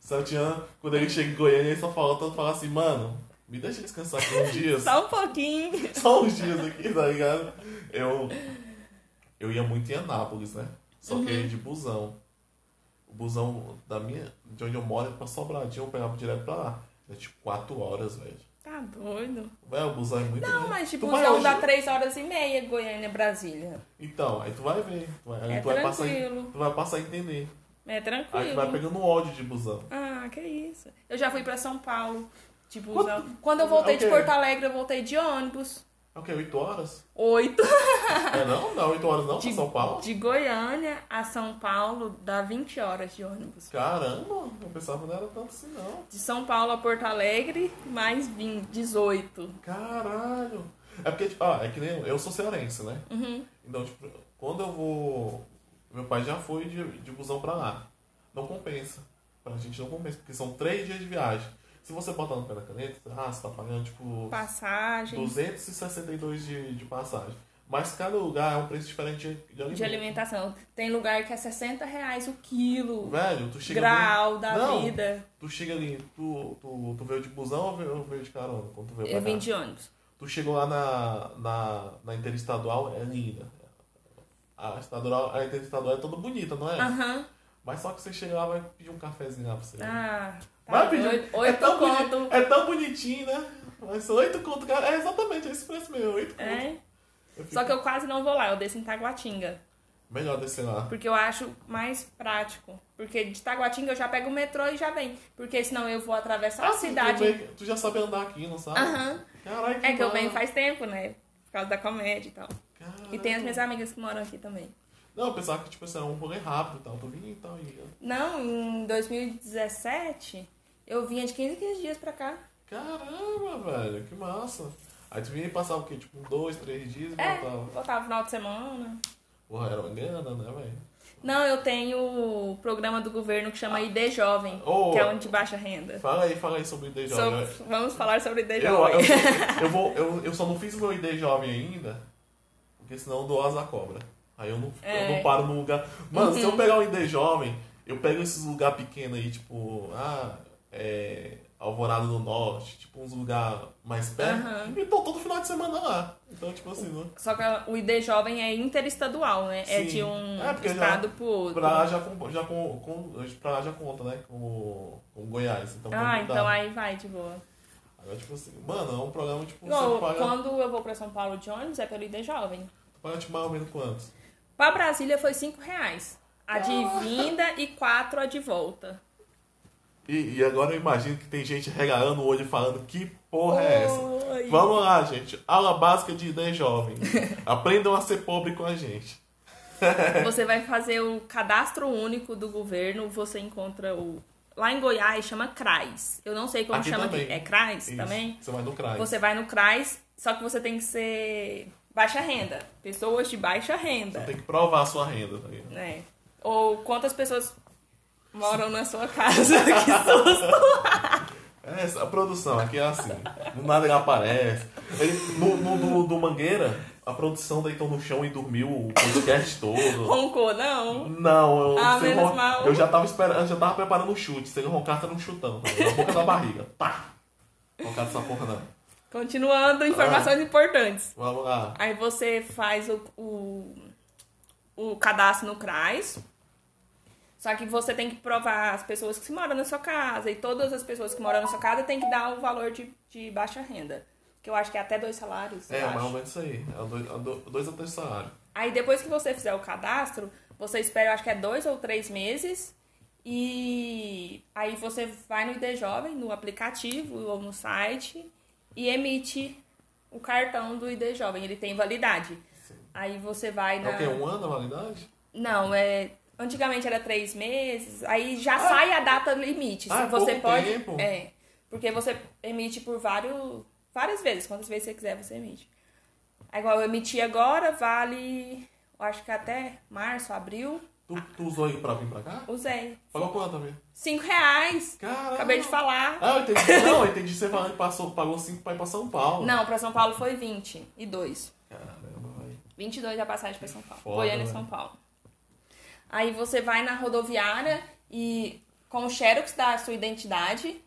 [SPEAKER 1] Celtiano, quando ele chega em Goiânia, ele só falta falar assim, mano, me deixa descansar aqui uns dias.
[SPEAKER 2] Só um pouquinho.
[SPEAKER 1] Só uns dias aqui, tá ligado? Eu, eu ia muito em Anápolis, né? Só que
[SPEAKER 2] Uhum.
[SPEAKER 1] eu ia de busão. O busão da minha, de onde eu moro é pra Sobradinho, eu pegava direto pra lá. É tipo 4 horas, velho.
[SPEAKER 2] Tá doido.
[SPEAKER 1] Velho, o busão é muito
[SPEAKER 2] Não,
[SPEAKER 1] grande.
[SPEAKER 2] mas tipo,
[SPEAKER 1] Tu vai
[SPEAKER 2] não
[SPEAKER 1] hoje-
[SPEAKER 2] dá 3 horas e meia Goiânia, Brasília.
[SPEAKER 1] Então, aí tu vai ver. Tu vai, aí
[SPEAKER 2] É
[SPEAKER 1] tu vai passar,
[SPEAKER 2] tranquilo.
[SPEAKER 1] tu vai passar a entender.
[SPEAKER 2] É
[SPEAKER 1] Aí tu vai
[SPEAKER 2] tranquilo.
[SPEAKER 1] pegando um ódio de busão.
[SPEAKER 2] Ah, que isso. Eu já fui pra São Paulo. Tipo,
[SPEAKER 1] Quanto- é
[SPEAKER 2] não- quando eu voltei de
[SPEAKER 1] Ok.
[SPEAKER 2] Porto Alegre, eu voltei de ônibus.
[SPEAKER 1] É o quê? 8 horas?
[SPEAKER 2] Oito.
[SPEAKER 1] É não? Não, 8 horas não, pra
[SPEAKER 2] De,
[SPEAKER 1] São Paulo?
[SPEAKER 2] de Goiânia a São Paulo dá 20 horas de ônibus.
[SPEAKER 1] Caramba, eu pensava que não era tanto assim não.
[SPEAKER 2] De São Paulo a Porto Alegre, mais 20, 18.
[SPEAKER 1] Caralho! É porque, tipo, ah, é que nem eu, eu sou cearense, né?
[SPEAKER 2] Uhum.
[SPEAKER 1] Então, tipo, quando eu vou. Meu pai já foi de, de busão pra lá. Não compensa. Pra gente não compensa, porque são três dias de viagem. Se você botar no pé da caneta, ah, você tá pagando tipo
[SPEAKER 2] Passagem,
[SPEAKER 1] 262 de, de passagem. Mas cada lugar é um preço diferente de, de alimento.
[SPEAKER 2] de alimentação. Tem lugar que é 60 reais o quilo.
[SPEAKER 1] Velho, tu chega.
[SPEAKER 2] grau da
[SPEAKER 1] Não.
[SPEAKER 2] vida.
[SPEAKER 1] Tu chega ali, tu, tu, tu veio de busão ou veio, veio de carona? Quando tu veio pra
[SPEAKER 2] Eu
[SPEAKER 1] cá?
[SPEAKER 2] vim de ônibus.
[SPEAKER 1] Tu chegou lá na, na, na interestadual, é linda. A, estadual, a interestadual é toda bonita, não é?
[SPEAKER 2] Aham.
[SPEAKER 1] Mas só que você chega lá vai pedir um cafezinho lá pra você.
[SPEAKER 2] Ah, tá
[SPEAKER 1] vai pedir.
[SPEAKER 2] doido.
[SPEAKER 1] é,
[SPEAKER 2] Oito
[SPEAKER 1] tão boni-
[SPEAKER 2] conto.
[SPEAKER 1] é tão bonitinho, né? Mas são oito conto, cara. É exatamente esse preço meu, oito conto.
[SPEAKER 2] É.
[SPEAKER 1] Eu fico-
[SPEAKER 2] Só que eu quase não vou lá, eu desço em Taguatinga.
[SPEAKER 1] Melhor descer lá.
[SPEAKER 2] Porque eu acho mais prático. Porque de Taguatinga eu já pego o metrô e já venho. Porque senão eu vou atravessar a
[SPEAKER 1] tu-
[SPEAKER 2] cidade.
[SPEAKER 1] Tu, vê- Ah, tu já sabe andar aqui, não sabe?
[SPEAKER 2] Aham.
[SPEAKER 1] Caralho, que
[SPEAKER 2] É que eu
[SPEAKER 1] massa.
[SPEAKER 2] venho faz tempo, né? Por causa da comédia e tal.
[SPEAKER 1] Caralho.
[SPEAKER 2] E tem as minhas amigas que moram aqui também.
[SPEAKER 1] Não, eu pensava que tipo, assim, era um rolê rápido e tal. Tu vinha e tal. E...
[SPEAKER 2] Não, em 2017 eu vinha de 15 em 15 dias pra cá.
[SPEAKER 1] Caramba, velho, que massa. Aí tu vinha e passava o quê? Tipo, dois, três dias e
[SPEAKER 2] É,
[SPEAKER 1] voltava.
[SPEAKER 2] voltava final de semana.
[SPEAKER 1] Porra, era uma grana, né, velho?
[SPEAKER 2] Não, eu tenho o programa do governo que chama ID Jovem,
[SPEAKER 1] Oh.
[SPEAKER 2] que é onde baixa renda.
[SPEAKER 1] Fala aí, fala aí sobre o DJ.
[SPEAKER 2] Sobre- vamos falar sobre ID
[SPEAKER 1] Eu, eu,
[SPEAKER 2] Jovem.
[SPEAKER 1] eu vou, eu, eu só não fiz meu ID jovem ainda, porque senão eu dou asa à cobra. Aí eu não, eu
[SPEAKER 2] É. Uhum.
[SPEAKER 1] não paro no lugar. Mano, se eu pegar o ID jovem, eu pego esses lugar pequeno aí, tipo, ah, é, Alvorada do Norte, tipo, uns lugar mais perto,
[SPEAKER 2] Aham.
[SPEAKER 1] e tô todo final de semana lá. Então, tipo assim, né?
[SPEAKER 2] Só que o ID Jovem é interestadual, né? É
[SPEAKER 1] Sim.
[SPEAKER 2] de um
[SPEAKER 1] É, porque já-
[SPEAKER 2] estado pro outro.
[SPEAKER 1] pra lá já, com, já, com, com, pra lá já conta, né? Com, com Goiás. Então,
[SPEAKER 2] Ah,
[SPEAKER 1] não dá.
[SPEAKER 2] então aí vai de boa.
[SPEAKER 1] Agora, tipo assim, mano, é um programa, tipo,
[SPEAKER 2] Igual,
[SPEAKER 1] você paga,
[SPEAKER 2] Quando eu vou pra São Paulo de ônibus é pelo ID Jovem.
[SPEAKER 1] paga tipo, mais ou menos quanto?
[SPEAKER 2] Pra Brasília foi 5 reais. A de
[SPEAKER 1] Ah.
[SPEAKER 2] vinda e 4 a de volta.
[SPEAKER 1] E, e agora eu imagino que tem gente regalando o olho e falando que porra é essa.
[SPEAKER 2] Oi.
[SPEAKER 1] Vamos lá, gente. Aula básica de ideia jovem. Aprendam a ser pobre com a gente.
[SPEAKER 2] Você vai fazer o cadastro único do governo, você encontra o. Lá em Goiás chama CRAS. Eu não sei como
[SPEAKER 1] Aqui
[SPEAKER 2] chama
[SPEAKER 1] também.
[SPEAKER 2] aqui. É CRAS
[SPEAKER 1] Isso.
[SPEAKER 2] também?
[SPEAKER 1] Você vai no CRAS.
[SPEAKER 2] Você vai no CRAS, só que você tem que ser baixa renda. Pessoas de baixa renda.
[SPEAKER 1] Você tem que provar a sua renda. Tá ligado?
[SPEAKER 2] né? Ou quantas pessoas moram na sua casa? que susto!
[SPEAKER 1] É Essa, a produção aqui é assim. Do nada ele aparece. Ele, no, no- no- do Mangueira, a produção deitou no chão e dormiu o podcast todo.
[SPEAKER 2] Roncou, não?
[SPEAKER 1] Não, eu,
[SPEAKER 2] Ah,
[SPEAKER 1] se eu
[SPEAKER 2] menos
[SPEAKER 1] ron-
[SPEAKER 2] mal.
[SPEAKER 1] eu já tava esperando, eu já tava preparando um chute. Se ele roncar, era um chutão. Tá? ligado? Na boca da barriga. Pá! Roncar dessa porra né? não.
[SPEAKER 2] Continuando,
[SPEAKER 1] Ah.
[SPEAKER 2] informações importantes.
[SPEAKER 1] Vamos lá.
[SPEAKER 2] Aí você faz o, o, o cadastro no CRAS. Só que você tem que provar as pessoas que moram na sua casa. E todas as pessoas que moram na sua casa tem que dar o valor de, de baixa renda. Que eu acho que é até dois salários.
[SPEAKER 1] É,
[SPEAKER 2] eu
[SPEAKER 1] mais
[SPEAKER 2] acho.
[SPEAKER 1] ou menos isso aí. É dois, é do- dois a três salários.
[SPEAKER 2] Aí depois que você fizer o cadastro, você espera, eu acho que é dois ou três meses. E aí você vai no ID Jovem, no aplicativo ou no site, e emite o cartão do ID Jovem. Ele tem validade. Aí você vai na.
[SPEAKER 1] É o quê? Um ano a validade?
[SPEAKER 2] Não, é. Antigamente era três meses, aí já sai a data limite. Se
[SPEAKER 1] Ah, é
[SPEAKER 2] você
[SPEAKER 1] pouco
[SPEAKER 2] pode.
[SPEAKER 1] tempo.
[SPEAKER 2] É. Porque você emite por vários, várias vezes. Quantas vezes você quiser, você emite. É igual eu emiti agora, vale. Eu acho que até março, abril.
[SPEAKER 1] Tu, tu usou ele pra vir pra cá?
[SPEAKER 2] Usei.
[SPEAKER 1] Pagou quanto, amigo?
[SPEAKER 2] Cinco reais.
[SPEAKER 1] Caralho!
[SPEAKER 2] Acabei de falar.
[SPEAKER 1] Ah, eu entendi. Não, eu entendi você falando que passou, pagou cinco pra ir pra São Paulo.
[SPEAKER 2] Não, pra São Paulo foi 20 e dois.
[SPEAKER 1] Caramba, velho.
[SPEAKER 2] 22 a passagem pra São Paulo.
[SPEAKER 1] Foda,
[SPEAKER 2] Goiânia e
[SPEAKER 1] né?
[SPEAKER 2] São Paulo. Aí você vai na rodoviária e com o xerox da sua identidade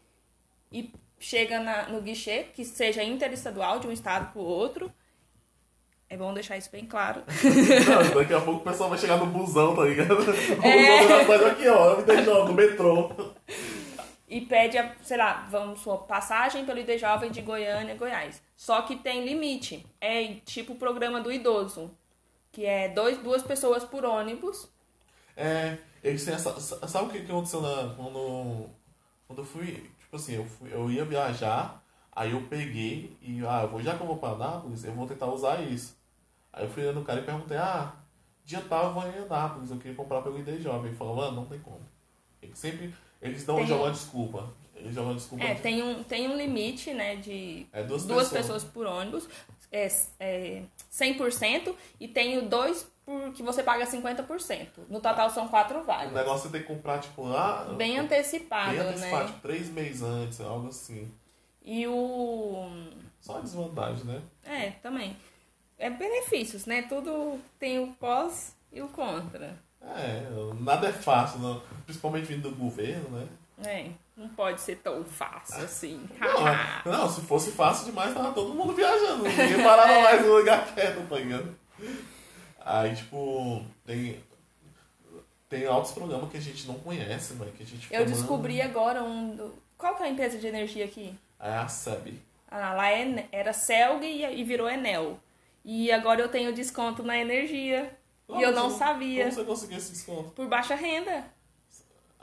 [SPEAKER 2] e chega na- no guichê, que seja interestadual, de um estado pro outro. É bom deixar isso bem claro.
[SPEAKER 1] Não, daqui a pouco o pessoal vai chegar no busão, tá ligado? O
[SPEAKER 2] É.
[SPEAKER 1] busão tá já sai daqui, ó. No IDJ, no metrô.
[SPEAKER 2] e pede, a, sei lá, vamos supor, passagem pelo ID Jovem de Goiânia, Goiás. Só que tem limite. É tipo o programa do idoso, que é dois, duas pessoas por ônibus.
[SPEAKER 1] É, eles têm essa. Sabe o que que aconteceu na, quando, quando eu fui? Tipo assim, eu, fui- eu ia viajar, aí eu peguei e, ah, eu vou, já que eu vou pra Anápolis, eu vou tentar usar isso. Aí eu fui no cara e perguntei, ah, dia tal eu vou em Anápolis, eu queria comprar pelo ID Jovem. Ele falou, mano, não tem como. Eles sempre. Eles dão
[SPEAKER 2] Tem-
[SPEAKER 1] jogando desculpa. Eles jogam desculpa.
[SPEAKER 2] É, tem um, tem um limite, né, de
[SPEAKER 1] É, duas pessoas.
[SPEAKER 2] pessoas. por ônibus, é, é 100%, e tem o dois por, que você paga 50%. No total são quatro
[SPEAKER 1] O
[SPEAKER 2] vagas.
[SPEAKER 1] negócio é ter que comprar, tipo, lá.
[SPEAKER 2] Bem antecipado,
[SPEAKER 1] Bem antecipado,
[SPEAKER 2] né?
[SPEAKER 1] tipo, três meses antes, algo assim.
[SPEAKER 2] E o...
[SPEAKER 1] Só a desvantagem, né?
[SPEAKER 2] É, também. É benefícios, né? Tudo tem o pós e o contra.
[SPEAKER 1] É, nada é fácil, não. principalmente vindo do governo, né?
[SPEAKER 2] É, não pode ser tão fácil assim.
[SPEAKER 1] Ah. Não, é- não, se fosse fácil demais, tava todo mundo viajando. Ninguém parava
[SPEAKER 2] É.
[SPEAKER 1] mais no lugar quieto, tá ligado? Aí, tipo, tem. Tem altos programas que a gente não conhece, mas que a gente
[SPEAKER 2] Eu
[SPEAKER 1] fica,
[SPEAKER 2] descobri agora um... do- Qual que é a empresa de energia aqui?
[SPEAKER 1] "Mano, É a SEB.
[SPEAKER 2] Ah, lá é- era Celg e e virou Enel. E agora eu tenho desconto na energia. e eu não
[SPEAKER 1] Como você-
[SPEAKER 2] sabia.
[SPEAKER 1] Como você conseguiu esse desconto?
[SPEAKER 2] Por baixa renda.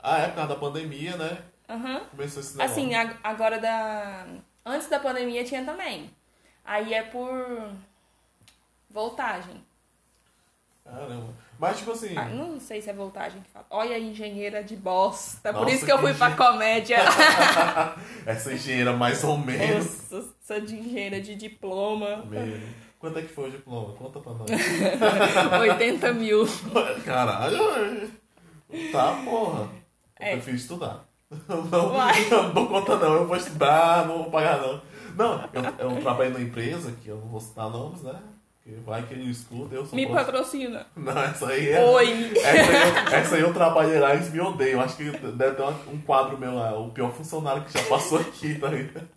[SPEAKER 1] Ah, é por causa da pandemia, né?
[SPEAKER 2] Aham.
[SPEAKER 1] Começou esse negócio.
[SPEAKER 2] Assim, a- agora da. Antes da pandemia tinha também. Aí é por voltagem.
[SPEAKER 1] Caramba. Mas, tipo assim.
[SPEAKER 2] Ah, não sei se é voltagem que fala. Olha a engenheira de bosta. por
[SPEAKER 1] Nossa,
[SPEAKER 2] isso que eu
[SPEAKER 1] que
[SPEAKER 2] fui pra
[SPEAKER 1] engen- Tá
[SPEAKER 2] comédia.
[SPEAKER 1] Essa engenheira, mais ou menos.
[SPEAKER 2] Nossa, sou de engenheira de diploma.
[SPEAKER 1] Mesmo. Quanto é que foi o diploma? Conta pra nós.
[SPEAKER 2] 80 mil.
[SPEAKER 1] Caralho, velho. tá, porra. Eu
[SPEAKER 2] É.
[SPEAKER 1] prefiro estudar. Eu Não,
[SPEAKER 2] Vai.
[SPEAKER 1] eu não dou conta não, eu vou estudar, não vou pagar não. Não, eu, eu trabalho numa empresa que eu não vou citar nomes, né? Porque vai que ele escuta, eu sou
[SPEAKER 2] Me
[SPEAKER 1] prof-
[SPEAKER 2] patrocina.
[SPEAKER 1] Não, essa aí é.
[SPEAKER 2] Oi.
[SPEAKER 1] Essa aí, eu- essa aí eu trabalhei lá, eles me odeiam. Acho que deve ter uma- um quadro meu lá, o pior funcionário que já passou aqui, tá ligado?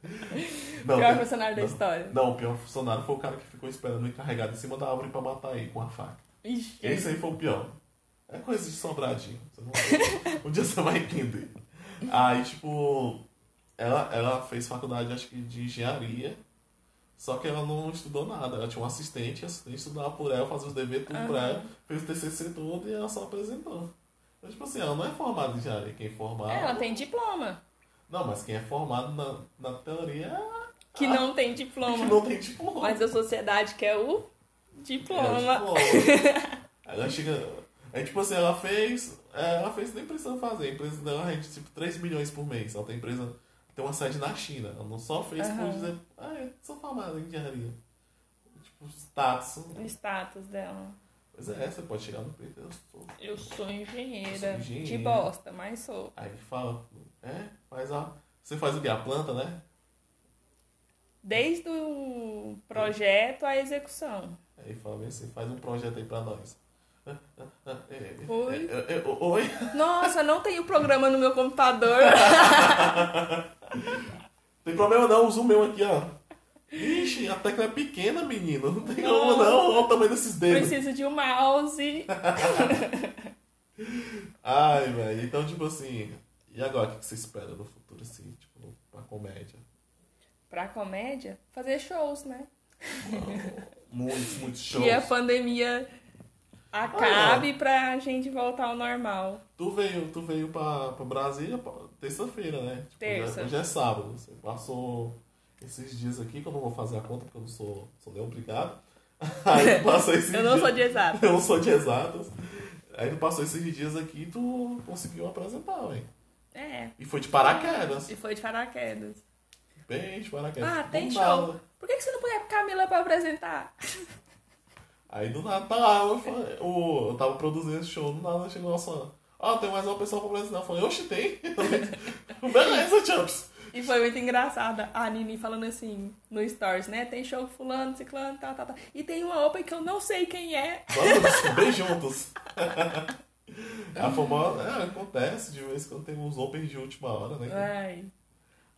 [SPEAKER 1] Não,
[SPEAKER 2] Pior
[SPEAKER 1] tem-
[SPEAKER 2] funcionário da
[SPEAKER 1] não.
[SPEAKER 2] história.
[SPEAKER 1] Não, o pior funcionário foi o cara que ficou esperando encarregado em cima da árvore pra matar ele com a faca.
[SPEAKER 2] Ixi.
[SPEAKER 1] Esse aí foi o pior. É coisa de sobradinho. Você não... um dia você vai entender. Aí, tipo, ela, ela fez faculdade, acho que de engenharia. Só que ela não estudou nada. Ela tinha um assistente, a assistente estudava por ela, fazia os deveres tudo pra ela, fez o TCC todo e ela só apresentou. Então, tipo assim, ela não é formada em engenharia. Quem é formado.
[SPEAKER 2] É, Ela tem diploma.
[SPEAKER 1] Não, mas quem é formado na, na teoria é
[SPEAKER 2] Que não tem
[SPEAKER 1] que
[SPEAKER 2] diploma.
[SPEAKER 1] não tem diploma.
[SPEAKER 2] Mas a sociedade quer o
[SPEAKER 1] É,
[SPEAKER 2] diploma.
[SPEAKER 1] diploma. ela chega. É tipo assim, ela fez. é, Ela fez nem precisa fazer. A empresa dela rende tipo 3 milhões por mês. Ela tem empresa. Tem uma sede na China. Ela não só fez por
[SPEAKER 2] Aham.
[SPEAKER 1] dizer. Ah, eu sou formada em engenharia. Tipo, status.
[SPEAKER 2] O status dela.
[SPEAKER 1] Pois é, você pode chegar no peito. Eu sou.
[SPEAKER 2] Eu sou
[SPEAKER 1] Eu
[SPEAKER 2] engenheira.
[SPEAKER 1] sou engenheira.
[SPEAKER 2] De bosta, mas sou.
[SPEAKER 1] Aí que fala. É, faz a. Você faz o quê? A planta, né?
[SPEAKER 2] Desde o projeto à execução.
[SPEAKER 1] Aí fala bem assim, faz um projeto aí pra nós. Ah, ah, ah, é, é,
[SPEAKER 2] Oi.
[SPEAKER 1] é, é, é, o- Oi?
[SPEAKER 2] Nossa, não tem o programa no meu computador.
[SPEAKER 1] Tá Tem problema não, usa o meu aqui, ó. Ixi, a tecla é pequena, menino. Não tem como não. Olha o tamanho desses dedos.
[SPEAKER 2] Preciso de um mouse.
[SPEAKER 1] Ai, velho. Então, tipo assim. E agora, o que que você espera no futuro, assim, tipo, pra comédia?
[SPEAKER 2] Pra comédia, fazer shows, né?
[SPEAKER 1] Muitos, muitos shows.
[SPEAKER 2] Que a pandemia acabe pra gente voltar ao normal.
[SPEAKER 1] Tu veio, tu veio pra, pra Brasília pra- terça-feira, né? Tipo,
[SPEAKER 2] Terça.
[SPEAKER 1] Já, hoje é sábado. Você passou esses dias aqui, que eu não vou fazer a conta, porque eu não sou, sou nem obrigado. Aí passou esses
[SPEAKER 2] Eu não
[SPEAKER 1] dias-
[SPEAKER 2] sou de exato.
[SPEAKER 1] Eu não sou de exatas. Aí tu passou esses dias aqui e tu conseguiu apresentar, velho.
[SPEAKER 2] É.
[SPEAKER 1] E foi de paraquedas.
[SPEAKER 2] E foi de paraquedas.
[SPEAKER 1] Bem de paraquedas.
[SPEAKER 2] Ah,
[SPEAKER 1] Do
[SPEAKER 2] tem
[SPEAKER 1] nada.
[SPEAKER 2] show. Por que que você não põe a Camila pra apresentar?
[SPEAKER 1] Aí do nada, tá lá, eu, falei, o- eu tava produzindo esse show, do nada chegou lá só. Ó, tem mais uma pessoa pra apresentar. Eu falei, oxe, tem? Beleza, Champs.
[SPEAKER 2] E foi muito engraçada a Nini falando assim no Stories, né? Tem show com fulano, ciclano, tá, tal, tal, tal. E tem uma open que eu não sei quem é.
[SPEAKER 1] Vamos bem juntos. A famosa. É, acontece de vez quando tem uns opens de última hora, né?
[SPEAKER 2] Ai.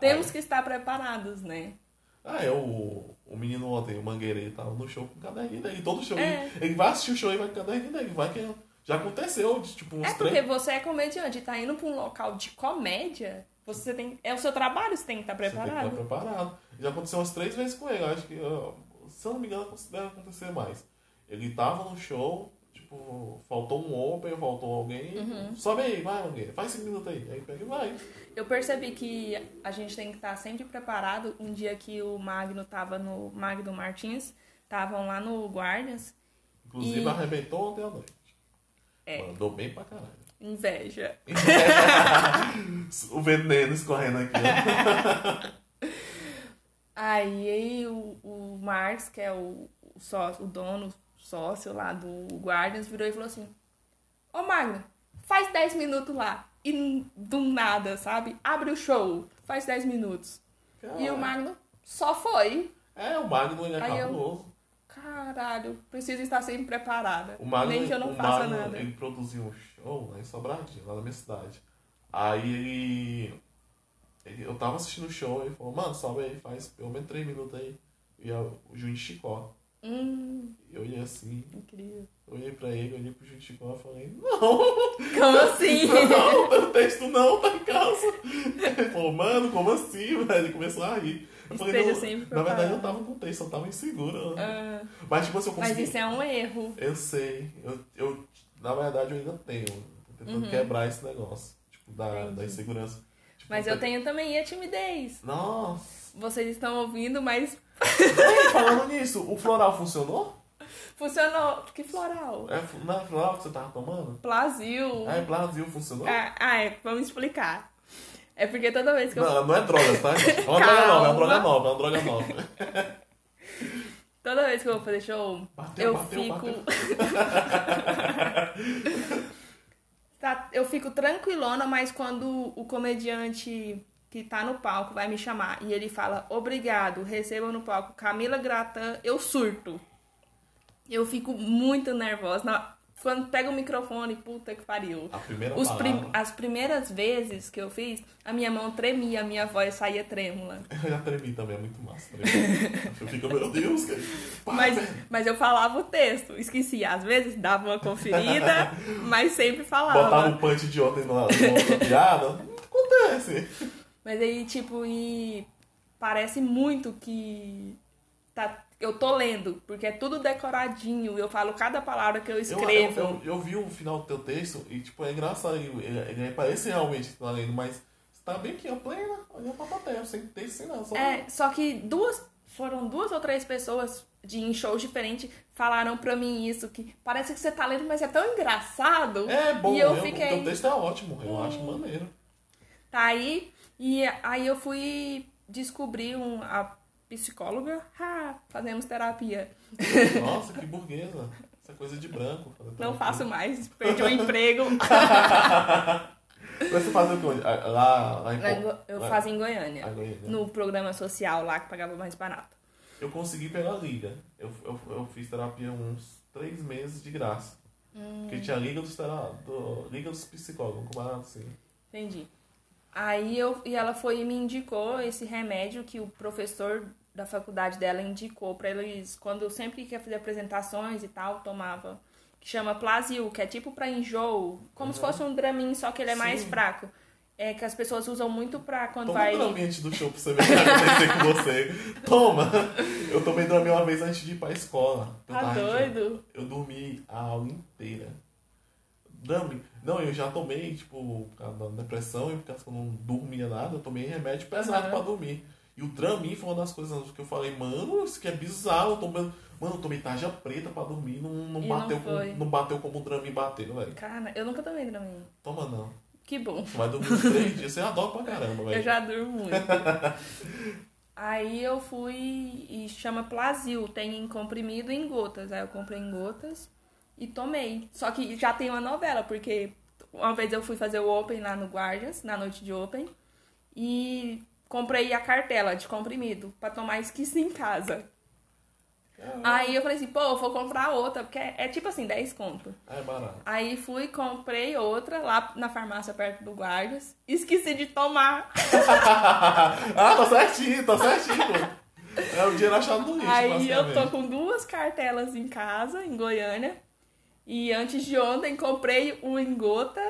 [SPEAKER 2] É, Temos que estar preparados, né?
[SPEAKER 1] Ah, é o, o menino ontem, o Mangueireiro, tava no show com o caderninho dele. Todo show.
[SPEAKER 2] É.
[SPEAKER 1] Ele, ele vai assistir o show e vai com o caderninho dele. Vai que já aconteceu, de, tipo, uns
[SPEAKER 2] É porque
[SPEAKER 1] três.
[SPEAKER 2] você é comediante e tá indo pra um local de comédia, você tem. É o seu trabalho, você tem que estar
[SPEAKER 1] Você tem que estar
[SPEAKER 2] preparado.
[SPEAKER 1] é preparado. Já aconteceu umas três vezes com ele. eu Acho que, ó, se eu não me engano, deve acontecer mais. Ele tava no show, tipo, faltou um open, faltou alguém.
[SPEAKER 2] Uhum.
[SPEAKER 1] Sobe aí, vai, Mangueira. Faz cinco minutos aí. Aí pega e vai.
[SPEAKER 2] Eu percebi que a gente tem que estar sempre preparado. Um dia que o Magno tava no. Magno Martins, estavam lá no Guardians.
[SPEAKER 1] Inclusive,
[SPEAKER 2] E-
[SPEAKER 1] arrebentou ontem à noite.
[SPEAKER 2] É.
[SPEAKER 1] Mandou bem pra caralho.
[SPEAKER 2] Inveja.
[SPEAKER 1] o veneno escorrendo aqui. ó.
[SPEAKER 2] Aí, aí o, o Marx, que é o, o, sócio, o dono, sócio lá do Guardians, virou e falou assim: Ô Magno, faz 10 minutos lá. E n- do nada, sabe? Abre o show, faz 10 minutos. E o Magno só foi.
[SPEAKER 1] É, o Magno ele é
[SPEAKER 2] Aí eu-
[SPEAKER 1] cabuloso.
[SPEAKER 2] Caralho, preciso estar sempre preparada.
[SPEAKER 1] O Magno,
[SPEAKER 2] Nem que eu não
[SPEAKER 1] o
[SPEAKER 2] faça
[SPEAKER 1] Magno,
[SPEAKER 2] nada.
[SPEAKER 1] ele produziu um show lá em Sobradinho, lá na minha cidade. Aí ele, ele- Eu tava assistindo o show, ele falou, mano, sobe aí, faz pelo menos 3 minutos aí. E é o Juninho Chicó.
[SPEAKER 2] Hum,
[SPEAKER 1] Eu olhei assim,
[SPEAKER 2] incrível.
[SPEAKER 1] olhei pra ele, olhei pro Juninho Chicó e falei, não!
[SPEAKER 2] Como assim?
[SPEAKER 1] Não, meu texto não tá em casa. Ele falou, mano, como assim, velho? Ele começou a rir. Eu falei,
[SPEAKER 2] Esteja
[SPEAKER 1] não,
[SPEAKER 2] sempre
[SPEAKER 1] na verdade eu
[SPEAKER 2] preparado.
[SPEAKER 1] tava com texto, eu tava inseguro.
[SPEAKER 2] Ah,
[SPEAKER 1] Mas tipo assim, eu
[SPEAKER 2] mas
[SPEAKER 1] consegui.
[SPEAKER 2] isso é um erro.
[SPEAKER 1] Eu sei. Eu, eu, na verdade, eu ainda tenho. Tô tentando quebrar esse negócio. Tipo, da,
[SPEAKER 2] Uhum. Entendi.
[SPEAKER 1] da insegurança. Tipo,
[SPEAKER 2] Mas eu tenho também a timidez.
[SPEAKER 1] Nossa!
[SPEAKER 2] Vocês estão ouvindo, mas
[SPEAKER 1] Ei, falando nisso, o floral funcionou?
[SPEAKER 2] funcionou. Que floral.
[SPEAKER 1] É, fu- não é floral que você tava tomando?
[SPEAKER 2] Plasil.
[SPEAKER 1] Ah, é Brasil funcionou?
[SPEAKER 2] Ah, ah, é, vamos explicar. É porque toda vez que eu,
[SPEAKER 1] Não, não é droga, tá? É uma droga nova, é uma droga
[SPEAKER 2] Calma.
[SPEAKER 1] nova, é uma droga nova.
[SPEAKER 2] toda vez que eu vou fazer show,
[SPEAKER 1] Bateu,
[SPEAKER 2] eu
[SPEAKER 1] bateu,
[SPEAKER 2] fico.
[SPEAKER 1] bateu.
[SPEAKER 2] Tá, eu fico tranquilona, mas quando o comediante que tá no palco vai me chamar e ele fala obrigado, receba no palco Camila Gratan, eu surto. Eu fico muito nervosa. Na- Quando pega o microfone, puta que pariu.
[SPEAKER 1] A primeira
[SPEAKER 2] Os
[SPEAKER 1] palavra.
[SPEAKER 2] prim- As primeiras vezes que eu fiz, a minha mão tremia, a minha voz saía trêmula.
[SPEAKER 1] Eu já tremi também, é muito massa. tremi. Eu fico, meu Deus, cara. Pá,
[SPEAKER 2] Mas,
[SPEAKER 1] velho.
[SPEAKER 2] mas eu falava o texto, esquecia. Às vezes dava uma conferida, mas sempre falava.
[SPEAKER 1] Botava um- o punch de ontem na, na outra piada. Acontece.
[SPEAKER 2] Mas aí, tipo, e parece muito que tá, eu tô lendo, porque é tudo decoradinho. Eu falo cada palavra que eu
[SPEAKER 1] Eu,
[SPEAKER 2] escrevo.
[SPEAKER 1] eu- eu- eu vi o final do teu texto e, tipo, é engraçado. Ele, ele, ele parece realmente que tá lendo, mas você tá bem aqui, ó, plena, olhando pra plateia, sem texto, sem nada. Só...
[SPEAKER 2] É, só que duas. Foram duas ou três pessoas de em shows diferentes falaram pra mim isso, que parece que você tá lendo, mas é tão engraçado.
[SPEAKER 1] É bom,
[SPEAKER 2] E eu
[SPEAKER 1] eu-
[SPEAKER 2] fiquei-
[SPEAKER 1] o teu texto é ótimo, eu acho maneiro.
[SPEAKER 2] Tá aí, e aí eu fui descobrir um, a psicóloga. Ah, fazemos terapia.
[SPEAKER 1] Nossa, que burguesa. Essa coisa de branco.
[SPEAKER 2] Não faço mais, perdi o emprego.
[SPEAKER 1] Tá Mas você fazia o quê? Ah, Lá, lá em
[SPEAKER 2] Lá em
[SPEAKER 1] Pô-
[SPEAKER 2] Go- Eu
[SPEAKER 1] lá-
[SPEAKER 2] fazia em Goiânia,
[SPEAKER 1] lá em Goiânia. né?
[SPEAKER 2] no programa social lá que pagava mais barato.
[SPEAKER 1] Eu consegui pegar a liga. Eu, eu, eu fiz terapia uns três meses de graça.
[SPEAKER 2] Hum.
[SPEAKER 1] Porque tinha a liga dos, tera... do... liga dos psicólogos, como era assim.
[SPEAKER 2] Entendi. Aí eu e ela foi e me indicou esse remédio que o professor da faculdade dela indicou pra eles quando eu sempre queria fazer apresentações e tal, tomava que chama Plasil, que é tipo pra enjoo, como se fosse um Dramin, só que ele é mais
[SPEAKER 1] Uhum. Sim.
[SPEAKER 2] fraco. É que as pessoas usam muito pra quando
[SPEAKER 1] Toma
[SPEAKER 2] vai
[SPEAKER 1] o ambiente do show pra você ver o que vai acontecer com você. Toma! Eu tomei dormir uma vez antes de ir pra escola. Eu
[SPEAKER 2] Tá
[SPEAKER 1] tava-
[SPEAKER 2] doido?
[SPEAKER 1] Eu dormi a aula inteira. Dami, não, eu já tomei, tipo, por causa da depressão e por causa que eu não dormia nada, eu tomei remédio pesado
[SPEAKER 2] Aham.
[SPEAKER 1] pra dormir. E o Dramin foi uma das coisas que eu falei, mano, isso que é bizarro. Eu tomei, mano, eu tomei tarja preta pra dormir, não, não,
[SPEAKER 2] E não
[SPEAKER 1] bateu, com-
[SPEAKER 2] foi.
[SPEAKER 1] não bateu como o Dramin bateu, velho.
[SPEAKER 2] Cara, eu nunca tomei Dramin.
[SPEAKER 1] Toma não.
[SPEAKER 2] Que bom.
[SPEAKER 1] Tu vai dormir uns três dias, você adora pra caramba, velho.
[SPEAKER 2] Eu já durmo muito. Aí eu fui e chama Plasil, tem em comprimido e em gotas. Aí eu comprei em gotas e tomei. Só que já tem uma novela, porque uma vez eu fui fazer o Open lá no Guardians, na noite de Open, e comprei a cartela de comprimido pra tomar esqueci em casa.
[SPEAKER 1] É,
[SPEAKER 2] Aí eu falei assim, pô, eu vou comprar outra, porque é, é tipo assim, 10 conto.
[SPEAKER 1] Ah, é barato.
[SPEAKER 2] Aí fui, comprei outra lá na farmácia perto do Guardas. Esqueci de tomar.
[SPEAKER 1] ah, tá certinho, tá certinho, pô. É o dinheiro achado no lixo,
[SPEAKER 2] Aí eu tô
[SPEAKER 1] basicamente.
[SPEAKER 2] com duas cartelas em casa, em Goiânia. E antes de ontem comprei um em gota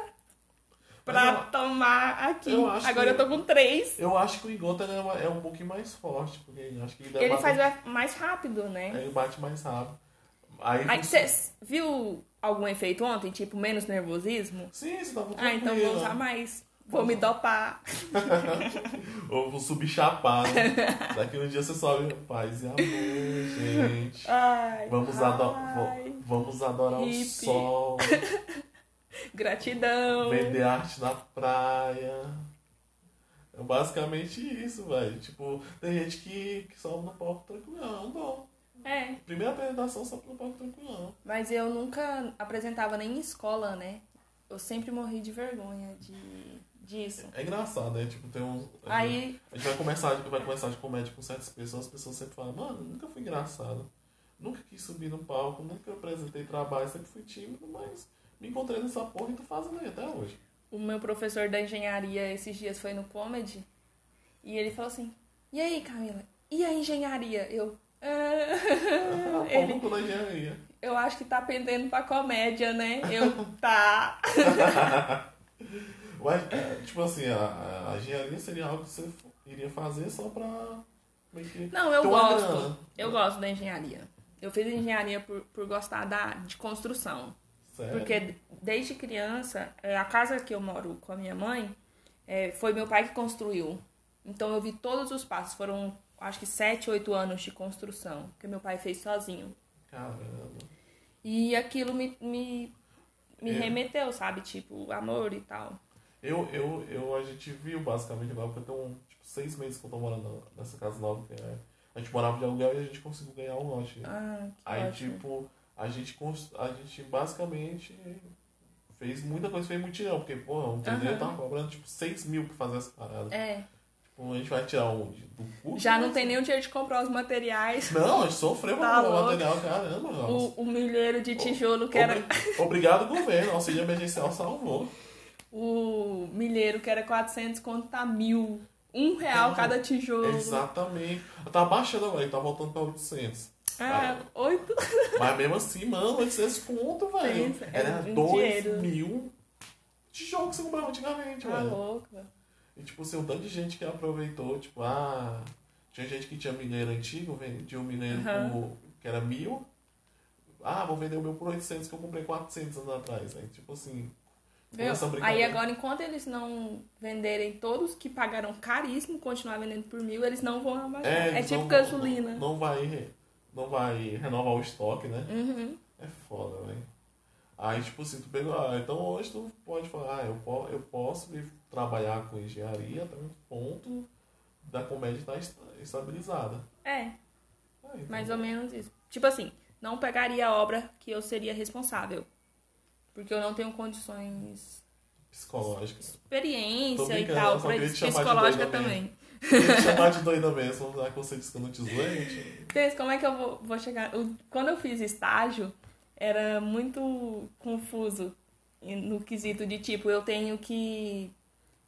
[SPEAKER 2] pra
[SPEAKER 1] Mas
[SPEAKER 2] tomar aqui.
[SPEAKER 1] eu acho
[SPEAKER 2] Agora
[SPEAKER 1] que-
[SPEAKER 2] eu tô com três.
[SPEAKER 1] Eu acho que o Ingota é, uma- é um pouquinho mais forte, porque eu acho que ele, deve
[SPEAKER 2] Ele
[SPEAKER 1] bater-
[SPEAKER 2] faz mais rápido, né?
[SPEAKER 1] ele bate mais rápido. Aí, assim,
[SPEAKER 2] Aí você viu algum efeito ontem? Tipo, menos nervosismo?
[SPEAKER 1] Sim, tá você tava
[SPEAKER 2] Ah, então vou
[SPEAKER 1] tranquila.
[SPEAKER 2] usar mais. Vou me dopar.
[SPEAKER 1] Ou vou subir chapado. Daqui no dia você sobe. Paz e amor, gente.
[SPEAKER 2] Ai,
[SPEAKER 1] Vamos,
[SPEAKER 2] ai.
[SPEAKER 1] ado- vo- vamos adorar o
[SPEAKER 2] Hippie.
[SPEAKER 1] sol,
[SPEAKER 2] Gratidão.
[SPEAKER 1] vender arte na praia. É basicamente isso, velho. Tipo, tem gente que, que sobe no palco tranquilão. Não.
[SPEAKER 2] É,
[SPEAKER 1] Primeira apresentação sobe no palco tranquilão.
[SPEAKER 2] mas eu nunca apresentava nem em escola, né? Eu sempre morri de vergonha de, disso.
[SPEAKER 1] É engraçado, né? Tipo, tem um.
[SPEAKER 2] Aí,
[SPEAKER 1] A gente vai começar, vai começar de comédia com certas pessoas, as pessoas sempre falam, mano, nunca fui engraçado. Nunca quis subir no palco, nunca apresentei trabalho, sempre fui tímido, mas me encontrei nessa porra e tô fazendo aí até hoje.
[SPEAKER 2] o meu professor da engenharia esses dias foi no comedy e ele falou assim: E aí, Camila? E a engenharia? Eu. "Ah."
[SPEAKER 1] É
[SPEAKER 2] ele,
[SPEAKER 1] pouco da engenharia.
[SPEAKER 2] eu acho que tá pendendo pra comédia, né? Eu. Tá.
[SPEAKER 1] Mas, é, tipo assim, a, a engenharia seria algo que você f- iria fazer só pra. meio que
[SPEAKER 2] Não, eu
[SPEAKER 1] ter uma grana.
[SPEAKER 2] gosto. Eu gosto da engenharia. Eu fiz engenharia por, por gostar da, de construção.
[SPEAKER 1] Sério.
[SPEAKER 2] Porque desde criança, é, a casa que eu moro com a minha mãe, é, foi meu pai que construiu. Então eu vi todos os passos. Foram, acho que, sete, oito anos de construção que meu pai fez sozinho.
[SPEAKER 1] Caramba.
[SPEAKER 2] E aquilo me, me, me
[SPEAKER 1] É.
[SPEAKER 2] remeteu, sabe? Tipo, amor e tal.
[SPEAKER 1] Eu, eu, eu, a gente viu basicamente agora, porque eu tenho tipo, seis meses que eu tô morando nessa casa nova, que é. A gente morava de aluguel e a gente conseguiu ganhar um lote.
[SPEAKER 2] Ah, que
[SPEAKER 1] Aí,
[SPEAKER 2] ótimo.
[SPEAKER 1] tipo, a gente, cons- a gente basicamente fez muita coisa, fez mutirão, porque, pô, o pedreiro
[SPEAKER 2] Aham.
[SPEAKER 1] tava cobrando, tipo, 6 mil pra fazer essa parada.
[SPEAKER 2] É,
[SPEAKER 1] Tipo, a gente vai tirar onde? Do cu?
[SPEAKER 2] já não tem nem o dinheiro de comprar os materiais.
[SPEAKER 1] Não, a gente sofreu pra
[SPEAKER 2] Tá
[SPEAKER 1] comprar o
[SPEAKER 2] louco.
[SPEAKER 1] material, caramba. nossa.
[SPEAKER 2] O, o milheiro de tijolo que era.
[SPEAKER 1] Obri- Obrigado, governo. Auxílio emergencial salvou.
[SPEAKER 2] O milheiro que era 400 conto tá mil. Um
[SPEAKER 1] Tá
[SPEAKER 2] real cada tijolo.
[SPEAKER 1] Exatamente. Tá baixando agora, ele tá voltando pra 800.
[SPEAKER 2] Ah, oito.
[SPEAKER 1] Mas mesmo assim, mano, 800 pontos, velho.
[SPEAKER 2] Pensa, é
[SPEAKER 1] Era
[SPEAKER 2] um
[SPEAKER 1] 2
[SPEAKER 2] dinheiro.
[SPEAKER 1] mil tijolos que você comprava antigamente,
[SPEAKER 2] Tá
[SPEAKER 1] velho.
[SPEAKER 2] louca.
[SPEAKER 1] E tipo assim, um tanto de gente que aproveitou, tipo, ah, tinha gente que tinha mineiro antigo, vendia um mineiro
[SPEAKER 2] Aham.
[SPEAKER 1] por- que era mil. Ah, vou vender o meu por 800 que eu comprei 400 anos atrás. Aí, tipo assim,
[SPEAKER 2] Viu?
[SPEAKER 1] essa
[SPEAKER 2] Aí
[SPEAKER 1] brincadeira.
[SPEAKER 2] agora, enquanto eles não venderem todos que pagaram caríssimo, continuar vendendo por mil, eles não vão abaixar. É,
[SPEAKER 1] eles
[SPEAKER 2] tipo
[SPEAKER 1] não-
[SPEAKER 2] gasolina.
[SPEAKER 1] Não, não vai, re- não vai renovar o estoque, né?
[SPEAKER 2] Uhum.
[SPEAKER 1] É foda, velho. Aí, tipo assim, tu pegou, ah, então hoje tu pode falar, ah, eu, po eu posso me trabalhar com engenharia até um ponto da comédia estar esta- estabilizada.
[SPEAKER 2] É,
[SPEAKER 1] Aí, então,
[SPEAKER 2] mais ou menos isso. Tipo assim, não pegaria a obra que eu seria responsável. Porque eu não tenho condições,
[SPEAKER 1] psicológica. Tô
[SPEAKER 2] experiência e
[SPEAKER 1] brincando,
[SPEAKER 2] tal,
[SPEAKER 1] eu só
[SPEAKER 2] pra
[SPEAKER 1] queria te chamar de
[SPEAKER 2] psicológica
[SPEAKER 1] doida mesmo.
[SPEAKER 2] também.
[SPEAKER 1] Tem que chamar tá de doida mesmo, já que você disse que eu não te zoei. gente.
[SPEAKER 2] Pensa, como é que eu vou, vou chegar. o- Quando eu fiz estágio, era muito confuso em- no quesito de tipo, eu tenho que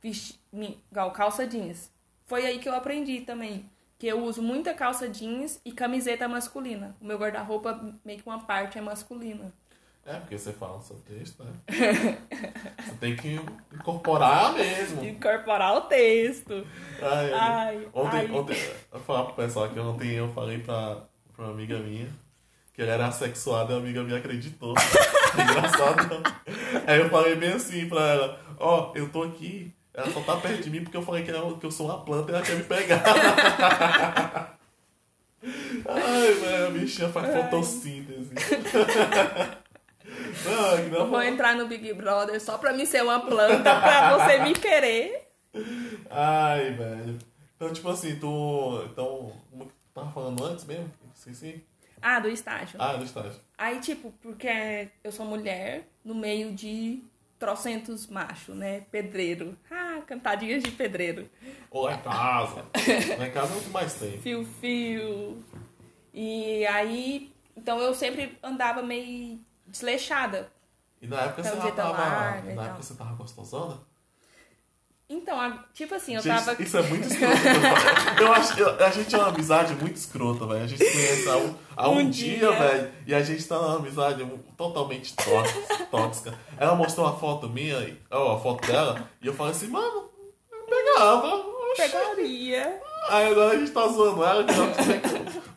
[SPEAKER 2] vestir me- igual calça jeans. Foi aí que eu aprendi também. Que eu uso muita calça jeans e camiseta masculina. O meu guarda-roupa, meio que uma parte é masculina.
[SPEAKER 1] É, porque você fala no seu texto, né? Você tem que incorporar mesmo.
[SPEAKER 2] Incorporar o texto.
[SPEAKER 1] Ai,
[SPEAKER 2] Ai,
[SPEAKER 1] É. ontem,
[SPEAKER 2] ai.
[SPEAKER 1] ontem, eu falar pro pessoal que ontem eu falei pra, pra uma amiga minha que ela era assexuada e a amiga minha acreditou. É Engraçado. não? Aí eu falei bem assim pra ela: Ó, eu tô aqui, ela só tá perto de mim porque eu falei que, ela- que eu sou uma planta e ela quer me pegar. Ai, velho, a bichinha faz
[SPEAKER 2] Ai.
[SPEAKER 1] fotossíntese. Não, que
[SPEAKER 2] Eu
[SPEAKER 1] não
[SPEAKER 2] vou entrar no Big Brother só pra me ser uma planta, pra você me querer.
[SPEAKER 1] Ai, velho. Então, tipo assim, tu. Então, como que tu tava falando antes mesmo? Sim, sim.
[SPEAKER 2] Ah, do estágio.
[SPEAKER 1] Ah, do estágio.
[SPEAKER 2] Aí, tipo, porque eu sou mulher no meio de trocentos macho, né? Pedreiro. Ah, cantadinhas de pedreiro.
[SPEAKER 1] Ou lá em casa. lá em casa é o que mais tem.
[SPEAKER 2] Fio, fio. E aí, então eu sempre andava meio desleixada.
[SPEAKER 1] E na época
[SPEAKER 2] Então,
[SPEAKER 1] você já
[SPEAKER 2] dieta
[SPEAKER 1] tava.
[SPEAKER 2] larga e
[SPEAKER 1] na
[SPEAKER 2] tal.
[SPEAKER 1] época você tava gostosona?
[SPEAKER 2] Então, a- tipo assim, eu
[SPEAKER 1] Gente,
[SPEAKER 2] tava.
[SPEAKER 1] Isso é muito escroto. que eu falo. Eu acho, eu- a gente é uma amizade muito escrota, velho. A gente se conhece há um, há um
[SPEAKER 2] Um
[SPEAKER 1] dia,
[SPEAKER 2] dia.
[SPEAKER 1] velho. E a gente tá numa amizade mu- totalmente tó- tóxica. Ela mostrou uma foto minha, e- ó, a foto dela, e eu falei assim, mano, eu pegava. oxe.
[SPEAKER 2] Pegaria.
[SPEAKER 1] Aí agora a gente tá zoando ela, que ela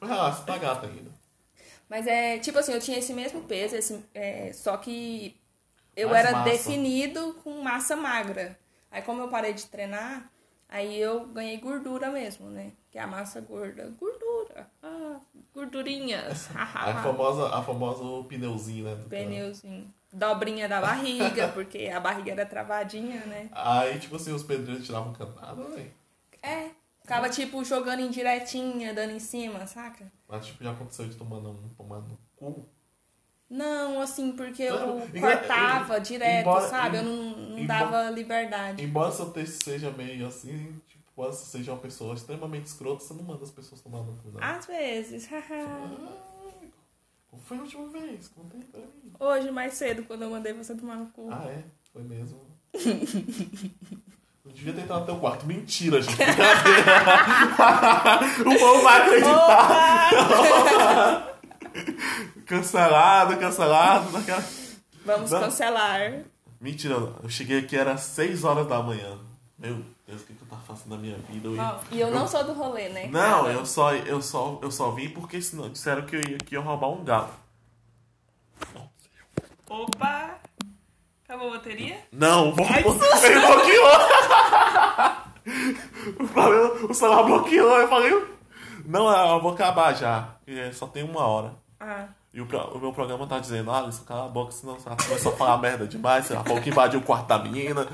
[SPEAKER 1] Mas ela, você tá gata ainda.
[SPEAKER 2] Mas é, tipo assim, eu tinha esse mesmo peso, esse, é, só que eu
[SPEAKER 1] Mais
[SPEAKER 2] era
[SPEAKER 1] massa.
[SPEAKER 2] definido com massa magra. Aí como eu parei de treinar, aí eu ganhei gordura mesmo, né? Que é a massa gorda. Gordura. Ah, gordurinhas. Ah,
[SPEAKER 1] A famosa, a famosa o pneuzinho, né? do cara.
[SPEAKER 2] Pneuzinho. Dobrinha da barriga, porque a barriga era travadinha, né?
[SPEAKER 1] Aí, tipo assim, os pedreiros tiravam Ah, cantada, velho.
[SPEAKER 2] É. Ficava, tipo, jogando indiretinha, dando em cima, saca?
[SPEAKER 1] Mas, tipo, já aconteceu de tomar no, tomar no um cu.
[SPEAKER 2] Não, assim, porque eu
[SPEAKER 1] Engra-
[SPEAKER 2] cortava direto,
[SPEAKER 1] é, embora-
[SPEAKER 2] sabe? Eu não, não
[SPEAKER 1] embora-
[SPEAKER 2] dava liberdade.
[SPEAKER 1] Embora seu texto seja meio assim, tipo, embora você seja uma pessoa extremamente escrota, você não manda as pessoas tomar no cu, não.
[SPEAKER 2] Às vezes.
[SPEAKER 1] Ah, Qual foi a última vez? Conta aí pra mim.
[SPEAKER 2] Hoje, mais cedo, quando eu mandei você tomar no cu.
[SPEAKER 1] Ah, é? Foi mesmo. Eu devia ter entrado no teu quarto. Mentira, gente. Brincadeira. o povo vai acreditar.
[SPEAKER 2] Opa!
[SPEAKER 1] Cancelado, cancelado. Daquela...
[SPEAKER 2] Vamos
[SPEAKER 1] Não.
[SPEAKER 2] cancelar.
[SPEAKER 1] Mentira, eu cheguei aqui, era 6 horas da manhã. Meu Deus, o que, que eu tava fazendo na minha vida? Eu ia-
[SPEAKER 2] Ó, e eu não sou do rolê, né?
[SPEAKER 1] Não, eu só, eu só, eu só vim porque senão disseram que eu ia, que ia roubar um galo.
[SPEAKER 2] Opa! Acabou a bateria?
[SPEAKER 1] Não,
[SPEAKER 2] Ai, que
[SPEAKER 1] ele bloqueou. o, problema, o celular bloqueou, eu falei, não, eu vou acabar já, porque só tem uma hora.
[SPEAKER 2] Ah.
[SPEAKER 1] E o, pro- o meu programa tá dizendo, ah, Alisson, cala a boca, senão você começa a falar merda demais, sei lá, falou que invadiu o quarto da menina.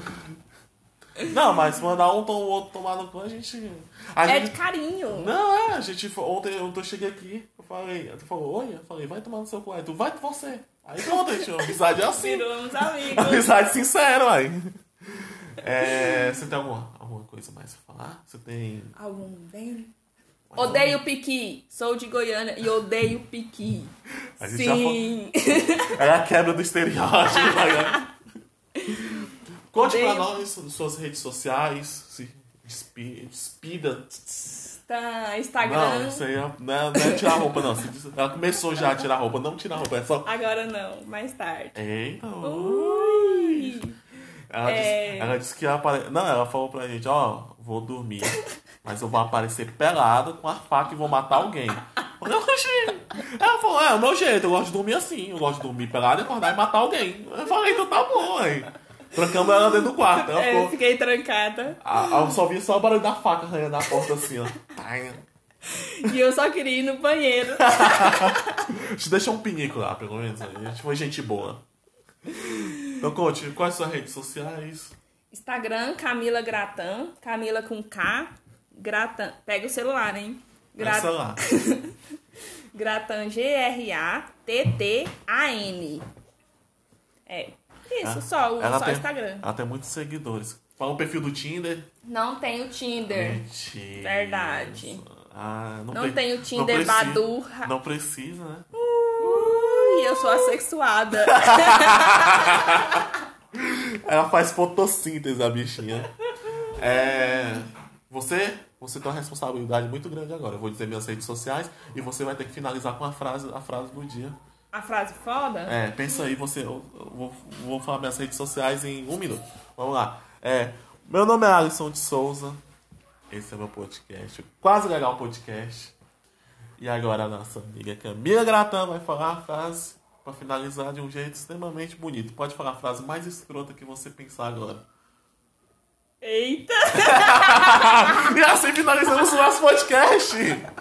[SPEAKER 1] Não, mas se mandar um tom, o outro tomar no cu, a gente... A
[SPEAKER 2] É
[SPEAKER 1] gente-
[SPEAKER 2] de carinho.
[SPEAKER 1] Não, é, a gente. fo- Ontem eu, eu cheguei aqui, eu falei, tu falou, oi, eu falei, vai tomar no seu cu. Aí tu vai com você. Aí pronto, gente, amizade é assim.
[SPEAKER 2] Viramos amigos.
[SPEAKER 1] Amizade sincera, aí. É, você tem alguma, alguma coisa mais pra falar? Você tem.
[SPEAKER 2] Algum bem? Odeio piqui. Sou de Goiânia e odeio piqui.
[SPEAKER 1] A gente já
[SPEAKER 2] Sim.
[SPEAKER 1] É a quebra do estereótipo. né? Conte pra
[SPEAKER 2] Odeio.
[SPEAKER 1] nós su- suas redes sociais. Se despi- despida.
[SPEAKER 2] Tá,
[SPEAKER 1] Não,
[SPEAKER 2] Instagram.
[SPEAKER 1] isso aí é, não, não é tirar a roupa, não. Se des- Ela começou já a tirar a roupa, não tirar a roupa, é só.
[SPEAKER 2] Agora não, mais tarde.
[SPEAKER 1] Eita!
[SPEAKER 2] Uh. Ui.
[SPEAKER 1] Ela,
[SPEAKER 2] É.
[SPEAKER 1] disse, ela disse que ia apare... Não, ela falou pra gente, ó, vou dormir, mas eu vou aparecer pelado com a faca e vou matar alguém. Eu falei, "Oxi." Ela falou, é, é o meu jeito, eu gosto de dormir assim, eu gosto de dormir pelado e acordar e matar alguém. Eu falei, então tá bom, aí. Trancamos ela dentro do quarto. Ela
[SPEAKER 2] É,
[SPEAKER 1] ficou...
[SPEAKER 2] fiquei trancada.
[SPEAKER 1] a- a- Eu só vi só o barulho da faca arranhando a porta assim, ó.
[SPEAKER 2] E eu só queria ir no banheiro.
[SPEAKER 1] A gente deixou um pinico lá, pelo menos. aí. A gente foi gente boa. Então, Conte, quais são as redes sociais?
[SPEAKER 2] Instagram, Camila Gratan. Camila com K. Gratan. Pega o celular, hein? Gra-
[SPEAKER 1] Essa lá.
[SPEAKER 2] Gratan, G-R-A-T-T-A-N. É. Isso,
[SPEAKER 1] Ah,
[SPEAKER 2] só o
[SPEAKER 1] ela
[SPEAKER 2] só o
[SPEAKER 1] tem- Ah.
[SPEAKER 2] Instagram.
[SPEAKER 1] Ela tem muitos seguidores. Fala o perfil do Tinder.
[SPEAKER 2] Não tem o Tinder.
[SPEAKER 1] Mentira.
[SPEAKER 2] Verdade.
[SPEAKER 1] Ah, não
[SPEAKER 2] Não
[SPEAKER 1] pre-
[SPEAKER 2] tem o
[SPEAKER 1] não
[SPEAKER 2] Tinder
[SPEAKER 1] precisa-
[SPEAKER 2] Badu.
[SPEAKER 1] Não precisa, né?
[SPEAKER 2] Ui, eu sou assexuada.
[SPEAKER 1] Ela faz fotossíntese, a bichinha. É. Você, você tem uma responsabilidade muito grande agora. Eu vou dizer minhas redes sociais e você vai ter que finalizar com a frase, a frase do dia.
[SPEAKER 2] A frase foda?
[SPEAKER 1] É, pensa aí, você. Eu, eu vou, vou falar minhas redes sociais em um minuto. Vamos lá. É, meu nome é Alisson de Souza. Esse é meu podcast. o Quase legal podcast. E agora a nossa amiga Camila Gratan vai falar a frase pra finalizar de um jeito extremamente bonito. Pode falar a frase mais escrota que você pensar agora.
[SPEAKER 2] Eita!
[SPEAKER 1] e assim finalizamos o nosso podcast!